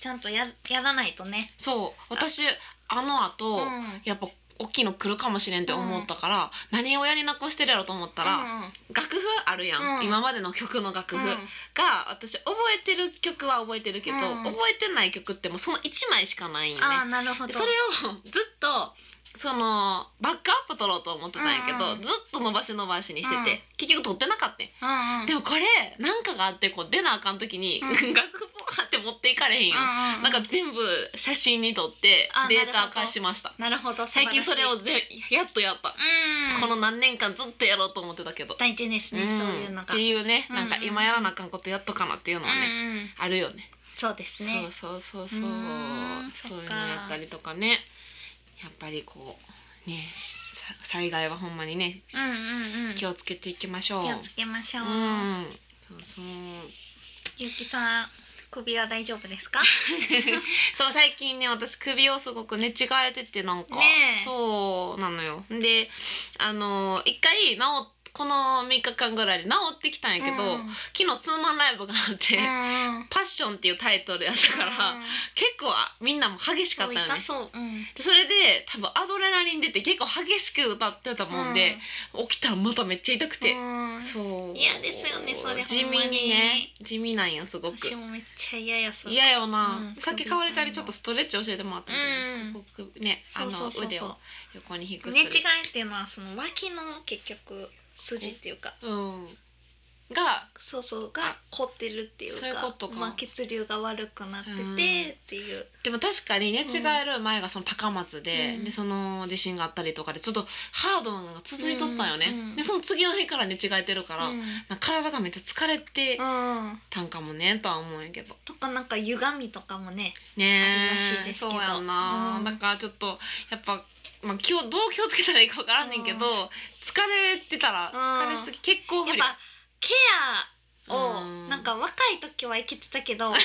Speaker 1: ちゃんとややらないとね
Speaker 2: そう私あの後、
Speaker 1: うん
Speaker 2: やっぱ大きいの来るかもしれんって思ったから、何をやり残してるやろと思ったら、
Speaker 1: うんうん
Speaker 2: 楽譜あるやん、
Speaker 1: うん
Speaker 2: 今までの曲の楽譜が、私覚えてる曲は覚えてるけど、
Speaker 1: うん
Speaker 2: 覚えてない曲ってもうその1枚しかないんよね。
Speaker 1: ああなるほど
Speaker 2: でそれをずっとそのバックアップ取ろうと思ってたんやけど、
Speaker 1: うん
Speaker 2: ずっと伸ばし伸ばしにしてて、
Speaker 1: うん
Speaker 2: 結局取ってなかったん
Speaker 1: うんうん
Speaker 2: でもこれなんかがあってこう出なあかん時に、
Speaker 1: うん
Speaker 2: 楽譜バーって持っていかれへんよ、
Speaker 1: うんうん
Speaker 2: なんか全部写真に撮って
Speaker 1: あ
Speaker 2: デー
Speaker 1: なる
Speaker 2: タ
Speaker 1: ほど
Speaker 2: 化しました
Speaker 1: なるほど
Speaker 2: 最近
Speaker 1: 素
Speaker 2: そ
Speaker 1: 晴
Speaker 2: れ
Speaker 1: らし
Speaker 2: をぜやっとやった、
Speaker 1: いうん
Speaker 2: この何年間ずっとやろうと思ってたけど、
Speaker 1: 大事ですね、
Speaker 2: うん
Speaker 1: そういうの
Speaker 2: っ
Speaker 1: が
Speaker 2: ていうねなんか
Speaker 1: うんうん
Speaker 2: 今やらなあかんことやっとかなっていうのはね、
Speaker 1: うんうん
Speaker 2: あるよね
Speaker 1: そうですね
Speaker 2: そうそうそうそう
Speaker 1: うーん
Speaker 2: そう
Speaker 1: そ
Speaker 2: いう
Speaker 1: っ
Speaker 2: の
Speaker 1: か
Speaker 2: やったりとかねやっぱりこうねしさ災害はほんまにね、
Speaker 1: うんうんうん
Speaker 2: 気をつけていきましょう
Speaker 1: 気をつけましょう、
Speaker 2: うんそうそう
Speaker 1: <laughs> ゆうきさん首は大丈夫ですか
Speaker 2: そう最近ね私首をすごく寝違えててなんか、
Speaker 1: ねえ
Speaker 2: そうなのよであの一回治っこの3日間ぐらいで治ってきたんやけど、
Speaker 1: うん
Speaker 2: 昨日ツーマンライブがあって
Speaker 1: う
Speaker 2: 「
Speaker 1: ん
Speaker 2: <laughs> パッション」っていうタイトルやったから、
Speaker 1: うん
Speaker 2: 結構あみんなも激しかったよね
Speaker 1: そう痛そう、うん、
Speaker 2: でそれで多分アドレナリン出て結構激しく歌ってたもんで、起きたらまためっちゃ痛くて、
Speaker 1: うん
Speaker 2: そう
Speaker 1: 嫌ですよねそれ
Speaker 2: 地
Speaker 1: ほんま
Speaker 2: 味
Speaker 1: に
Speaker 2: にね地味なんよすごく
Speaker 1: 私もめっちゃ嫌やそれ
Speaker 2: 嫌よな、
Speaker 1: うん
Speaker 2: さっきかわれたりちょっとストレッチ教えてもらったんだけど、
Speaker 1: うん
Speaker 2: ここねあ
Speaker 1: そうそ
Speaker 2: の
Speaker 1: うそうそう
Speaker 2: 腕を横に引くスト
Speaker 1: 寝
Speaker 2: レ
Speaker 1: 違
Speaker 2: ッチ、
Speaker 1: えっていうのはその脇の結局筋っていうか
Speaker 2: うん、が
Speaker 1: そうそうが凝ってるっていうか
Speaker 2: そういうことか
Speaker 1: まあ、血流が悪くなって
Speaker 2: うん
Speaker 1: てっていう、
Speaker 2: でも確かに寝違える前がその高松で、
Speaker 1: うん
Speaker 2: でその地震があったりとかでちょっとハードなのが続いとったんよね、
Speaker 1: うんうん
Speaker 2: でその次の日から寝違えてるから、
Speaker 1: うん
Speaker 2: なんか体がめっちゃ疲れて
Speaker 1: うん
Speaker 2: たんかもねとは思うんやけど
Speaker 1: とかなんか歪みとかもね
Speaker 2: ね
Speaker 1: あるらしい
Speaker 2: え
Speaker 1: ですけ
Speaker 2: そ
Speaker 1: ど
Speaker 2: うやんな、
Speaker 1: うん
Speaker 2: だからちょっとやっぱ、まあ、気をどう気をつけたらいいかわからんねんけど、
Speaker 1: うん
Speaker 2: 疲れてたら
Speaker 1: うん
Speaker 2: 疲れすぎ結構
Speaker 1: や
Speaker 2: 不
Speaker 1: っ
Speaker 2: 利
Speaker 1: ぱケア
Speaker 2: う
Speaker 1: を
Speaker 2: ん
Speaker 1: なんか若い時は生きてたけ
Speaker 2: <laughs>
Speaker 1: どもう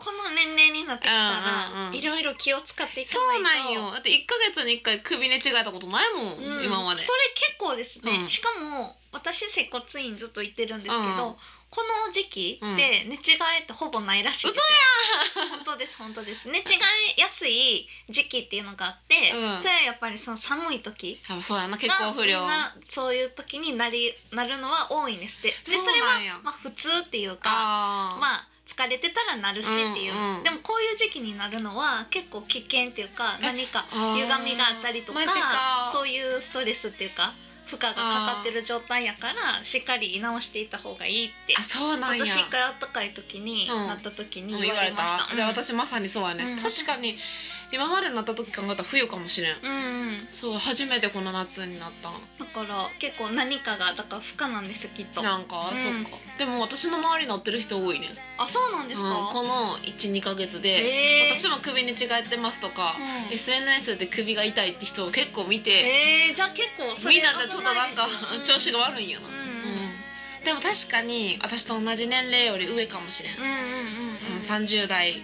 Speaker 1: この年齢になってきた
Speaker 2: うんうん
Speaker 1: ら
Speaker 2: うん
Speaker 1: いろいろ気を使っていか
Speaker 2: そ
Speaker 1: ないうと
Speaker 2: なんよだって1か月に1回首寝違えたことないもん、
Speaker 1: うん
Speaker 2: 今まで
Speaker 1: そ
Speaker 2: <laughs>
Speaker 1: れ結構ですね、
Speaker 2: うん
Speaker 1: しかも私接骨院ずっと行ってるんですけど、
Speaker 2: うん
Speaker 1: この時期って寝違えってほぼないらしいですよ、本当です本当です寝違えやすい時期っていうのがあって、
Speaker 2: うん
Speaker 1: それはやっぱりその寒い時
Speaker 2: やっぱそうやな結
Speaker 1: が
Speaker 2: 構不良
Speaker 1: みんなそういう時になりなるのは多いんですってでそ
Speaker 2: そう
Speaker 1: れ
Speaker 2: なんや
Speaker 1: はまあ普通っていうか
Speaker 2: あー、
Speaker 1: まあ疲れてたらなるしっていう、
Speaker 2: うんうん
Speaker 1: でもこういう時期になるのは結構危険っていうか
Speaker 2: え
Speaker 1: 何か
Speaker 2: あー
Speaker 1: 歪みがあったりとか
Speaker 2: マジか
Speaker 1: そういうストレスっていうか負荷がかかってる状態やからしっかり直していった方がいいって
Speaker 2: あそうなんや
Speaker 1: 私一回あったかい時に
Speaker 2: うん
Speaker 1: なった時
Speaker 2: う
Speaker 1: に
Speaker 2: ん
Speaker 1: 言われました、
Speaker 2: じゃあ私まさにそうやね、
Speaker 1: うん
Speaker 2: 確かに今までなった時考えたら冬かもしれん
Speaker 1: うんうん
Speaker 2: そう初めてこの夏になったん
Speaker 1: だから結構何かがだから負荷なんですよきっと
Speaker 2: なんか、
Speaker 1: うん
Speaker 2: そうかでも私の周りになってる人多いね
Speaker 1: あそうなんです
Speaker 2: うん、こ
Speaker 1: か、
Speaker 2: の12か月で、
Speaker 1: えー、
Speaker 2: 私も首に違ってますとか、
Speaker 1: うん
Speaker 2: SNS で首が痛いって人を結構見て、
Speaker 1: えー、じゃあ結構それ
Speaker 2: みんなじゃちょっとなんか、
Speaker 1: 危いですよ
Speaker 2: 調子が悪いんやな、
Speaker 1: う
Speaker 2: うんん
Speaker 1: うん
Speaker 2: でも確かに私と同じ年齢より上かもしれん、
Speaker 1: うんうんうん
Speaker 2: う、
Speaker 1: うんん
Speaker 2: 30代っ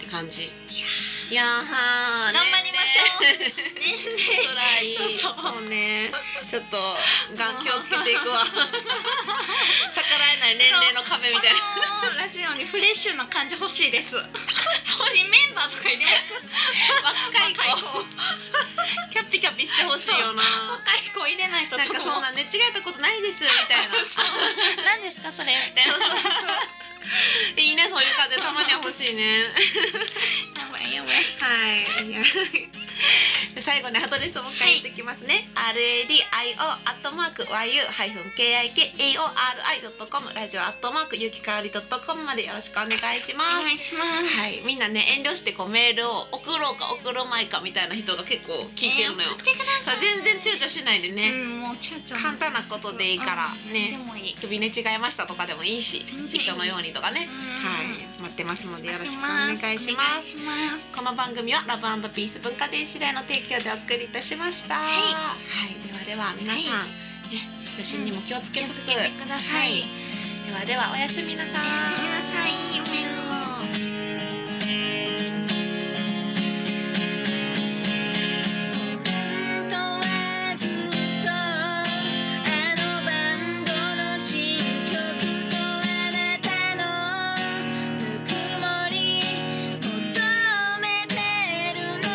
Speaker 2: て感じいやーはー
Speaker 1: 頑張りましょう
Speaker 2: 年齢
Speaker 1: 年齢
Speaker 2: 辛
Speaker 1: <laughs>
Speaker 2: い
Speaker 1: そう
Speaker 2: そうねちょっとが気をつけていくわ <laughs> 逆らえない年齢の壁みたいな
Speaker 1: あのーラジオにフレッシュな感じ欲しいです新メンバーとか入れます
Speaker 2: 若い子
Speaker 1: 若い子
Speaker 2: キャピキャピしてほしいよな
Speaker 1: 若い子入れないと
Speaker 2: なん
Speaker 1: ちょっ
Speaker 2: か
Speaker 1: と
Speaker 2: そんな寝違えたことないですみた <laughs> いな
Speaker 1: 何ですかそ
Speaker 2: <laughs>
Speaker 1: れみたいな
Speaker 2: でいいねそういう風たまには欲しいね
Speaker 1: やばいやばい
Speaker 2: はいいやで最後にアドレスをもう一回言ってきますね、RADIO アットマーク YU-KIKAORI.com ラジオアットマークゆきかおり .com までよろしくお願いし
Speaker 1: お
Speaker 2: ます
Speaker 1: 願いします、
Speaker 2: はい、みんなね遠慮してこうメールを送ろうか送るまいかみたいな人が結構聞いてるのよ
Speaker 1: えー送、ってくだ
Speaker 2: そう全然躊躇しないで
Speaker 1: さい、
Speaker 2: ね、
Speaker 1: うん、もうちょちょ
Speaker 2: 簡単なことでいいから
Speaker 1: で
Speaker 2: ね、
Speaker 1: もいい、
Speaker 2: 首寝違えましたとかでもいいし
Speaker 1: 全然いい
Speaker 2: 一緒のようにとかね、
Speaker 1: うん
Speaker 2: はい待ってますのでよろしくお願いしま
Speaker 1: お願いし
Speaker 2: す
Speaker 1: ます
Speaker 2: この番組はラブピース文化電子台の提供でお送りいたしました
Speaker 1: は
Speaker 2: はい、ではでは皆さん、
Speaker 1: は
Speaker 2: ね余震にも気をつけ
Speaker 1: 気を
Speaker 2: つ
Speaker 1: つ
Speaker 2: つ、
Speaker 1: けてください、
Speaker 2: ではではおやすみな
Speaker 1: お
Speaker 2: さ
Speaker 1: やすみなさい
Speaker 2: い
Speaker 1: 夢を本当はずっとあのバンドの新曲とあなたのぬくもり求めてるの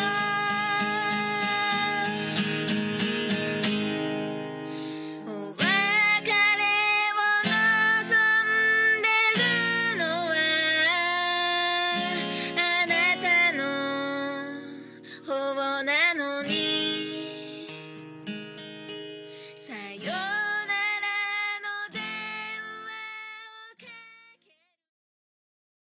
Speaker 1: お別れを望んでるのはあなたの方なのに